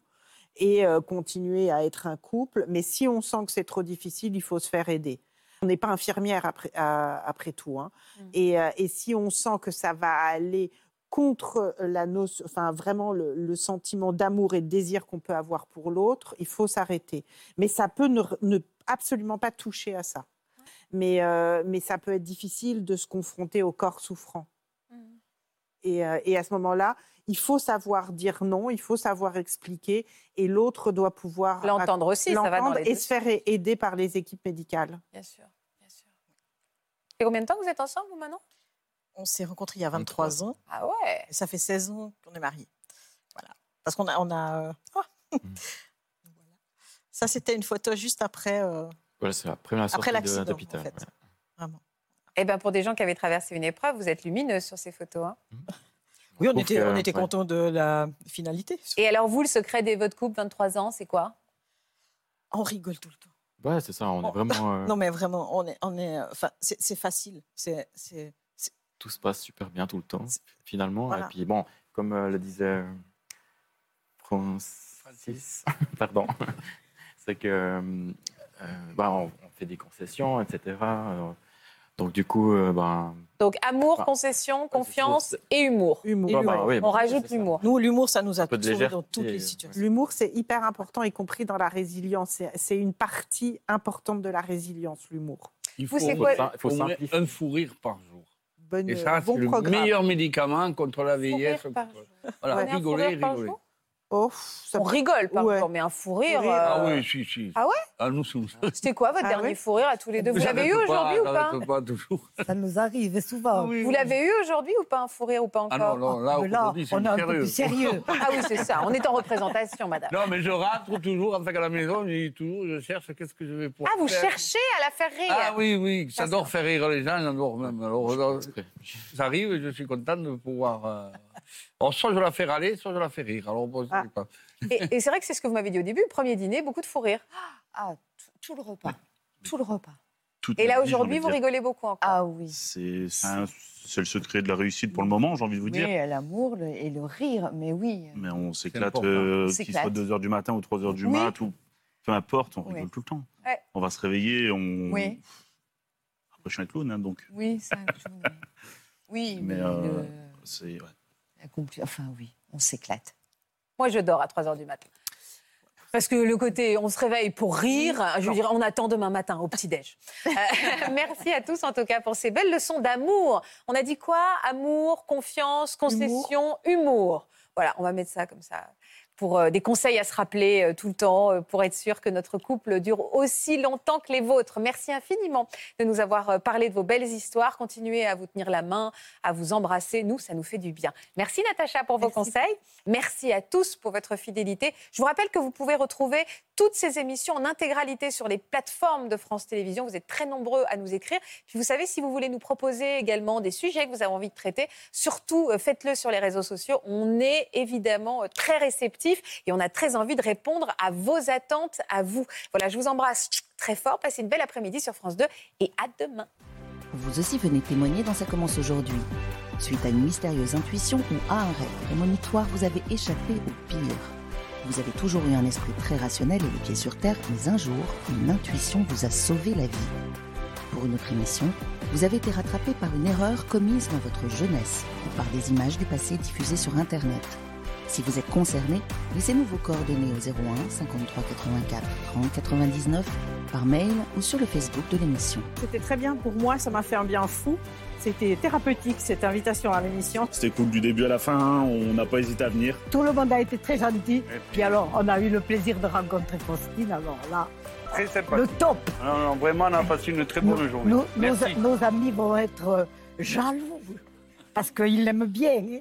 et euh, continuer à être un couple. Mais si on sent que c'est trop difficile, il faut se faire aider. On n'est pas infirmière après, à- après tout. hein.
Mm.
Et, euh, et si on sent que ça va aller contre la notion, enfin vraiment le, le sentiment d'amour et de désir qu'on peut avoir pour l'autre, il faut s'arrêter. Mais ça peut ne, ne absolument pas toucher à ça.
Mm.
Mais, euh, mais ça peut être difficile de se confronter au corps souffrant. Et, euh, et à ce moment-là, il faut savoir dire non, il faut savoir expliquer, et l'autre doit pouvoir
L'entendre aussi, ça va dans
l'entendre
les
et
deux
se faire a- aider par les équipes médicales.
Bien sûr, bien sûr.
Et combien de temps vous êtes ensemble, vous, maintenant
On s'est rencontrés il y a 23 ans.
Ah ouais
Et ça fait 16 ans qu'on est mariés. Voilà. Parce qu'on a. On a euh, ah.
Hmm.
Voilà. Ça, c'était une photo juste après. euh,
Voilà, c'est après la sortie
Après l'accident,
de
en
d'hôpital.
fait. Vraiment.
Eh bien, pour des gens qui avaient traversé une épreuve, vous êtes lumineuse sur ces photos. hein.
Oui, on
trouve
était,
que-
on était
euh, ouais.
contents de la finalité.
Et alors, vous, le secret des votre couple, 23 ans, c'est quoi
On rigole tout le temps.
ouais. Ouais, c'est ça, on
Oh.
est vraiment. euh,
Non, mais vraiment, on est, on est, euh, enfin, c'est c'est facile. C'est c'est-
Tout se passe super bien tout le temps,
C'est-
finalement.
Voilà.
Et puis, bon, comme euh, le disait euh, Francis, pardon, c'est que. euh, euh, bah, on, on fait des concessions, etc. euh, donc, du coup, euh, ben.
Donc, amour,
Enfin,
concession,
c'est
confiance et humour.
Humour.
Ah
bah, bah, oui,
On
bah,
rajoute
c'est ça.
l'humour.
Nous, l'humour, ça nous a
peu de
sauvés dans
légèreté,
toutes
euh,
ouais.
les situations.
L'humour, c'est hyper important, y compris dans la résilience. C'est- C'est une partie importante de la résilience, l'humour.
Il
Vous, c'est
au
quoi-
moins-
Il faut
au moins
simplifier.
un fou rire par jour.
Bonne, euh,
Et ça,
bon
c'est le
programme.
meilleur médicament contre la vieillesse.
Fou rire par
contre-
jour.
Voilà,
On est un fou
rigoler,
rire par
rigoler.
jour
Oh, ça
On
peut-
rigole, par
Ouais.
contre, mais un fou rire.
rire.
Ah
euh,
oui, si, si.
Ah ouais
Ah, nous, c'est-
C'était quoi votre
Ah
dernier
ouais
fou rire à tous les deux Vous
j'arrête
l'avez eu aujourd'hui ou pas
j'arrête pas toujours.
Ça nous arrive souvent.
Vous l'avez eu aujourd'hui ou pas un fou rire ou pas
Ah non,
encore
non, là,
Mais là,
aujourd'hui, c'est
on est un peu
sérieux.
plus sérieux.
Ah oui, c'est ça. On est en représentation, madame.
Non, mais je rentre toujours, enfin, à la maison, je dis toujours, je cherche, qu'est-ce que je vais pouvoir
Ah, vous
faire.
cherchez à la faire rire
Ah oui, oui,
Ça,
j'adore faire rire les gens, j'adore même. Alors, alors,
Exprès.
ça arrive et je suis content de pouvoir... euh, Alors, soit je la fais râler, soit je la fais rire. Alors, bon, je sais
Ah.
pas.
Et, et c'est vrai que c'est ce que vous m'avez dit au début, premier dîner, beaucoup de fou rire.
Ah, tout, tout le repas. Tout le repas.
Toute
Et
la
là,
vie, j'ai
aujourd'hui,
envie de
vous
dire.
rigolez beaucoup encore.
Ah oui.
C'est c'est un- c'est le secret de la réussite pour le moment, j'ai envie de vous dire.
Mais l'amour le- et le rire, mais oui.
Mais on s'éclate,
important.
euh,
On
qu'il
s'éclate.
soit 2h du matin ou 3h du
Oui.
mat, ou peu importe, on
Ouais.
rigole tout le temps.
Ouais.
On va se
Mm.
réveiller, on...
Oui,
Après, je suis un clown, hein, donc
oui, ça. je- Oui,
Mais,
mais
euh,
le-
c'est... ouais.
la compli- Enfin, oui, on s'éclate.
Moi, je dors à 3 h du matin. Parce que le côté, on se réveille pour rire, je veux dire, on attend demain matin au petit-déj. Euh, merci à tous, en tout cas, pour ces belles leçons d'amour. On a dit quoi Amour, confiance, concession, humour. Voilà, on va mettre ça comme ça. Pour euh, des conseils à se rappeler euh, tout le temps, euh, pour être sûr que notre couple dure aussi longtemps que les vôtres. Merci infiniment de nous avoir euh, parlé de vos belles histoires. Continuez à vous tenir la main, à vous embrasser. Nous, ça nous fait du bien. Merci Natacha pour vos
Merci.
conseils. Merci à tous pour votre fidélité. Je vous rappelle que vous pouvez retrouver toutes ces émissions en intégralité sur les plateformes de France Télévisions. Vous êtes très nombreux à nous écrire. Puis vous savez, si vous voulez nous proposer également des sujets que vous avez envie de traiter, surtout euh, faites-le sur les réseaux sociaux. On est évidemment euh, très réceptifs et on a très envie de répondre à vos attentes, à vous. Voilà, je vous embrasse très fort. Passez une belle après-midi sur France 2 et à demain.
Vous aussi venez témoigner dans Ça commence aujourd'hui. Suite à une mystérieuse intuition ou à un rêve prémonitoire, vous avez échappé au pire. Vous avez toujours eu un esprit très rationnel et les pieds sur terre, mais un jour, une intuition vous a sauvé la vie. Pour une autre émission, vous avez été rattrapé par une erreur commise dans votre jeunesse ou par des images du passé diffusées sur Internet. Si vous êtes concerné, laissez-nous vos coordonnées au 01 53 84 30 99 par mail ou sur le Facebook de l'émission.
C'était très bien pour moi, ça m'a fait un bien fou. C'était thérapeutique cette invitation à l'émission.
C'était cool du début à la fin, hein, on n'a pas hésité à venir.
Tout le monde a été très gentil. Puis alors, on a eu le plaisir de rencontrer Faustine. Alors là,
Très sympa.
le top.
Non, non, vraiment, on a passé une très bonne journée.
Nos, nos-
Merci.
nos amis vont être euh, jaloux parce qu'ils l'aiment bien. hein.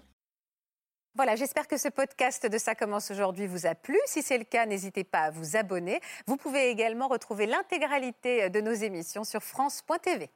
Voilà, j'espère que ce podcast de Ça commence aujourd'hui vous a plu. Si c'est le cas, n'hésitez pas à vous abonner. Vous pouvez également retrouver l'intégralité de nos émissions sur France.tv.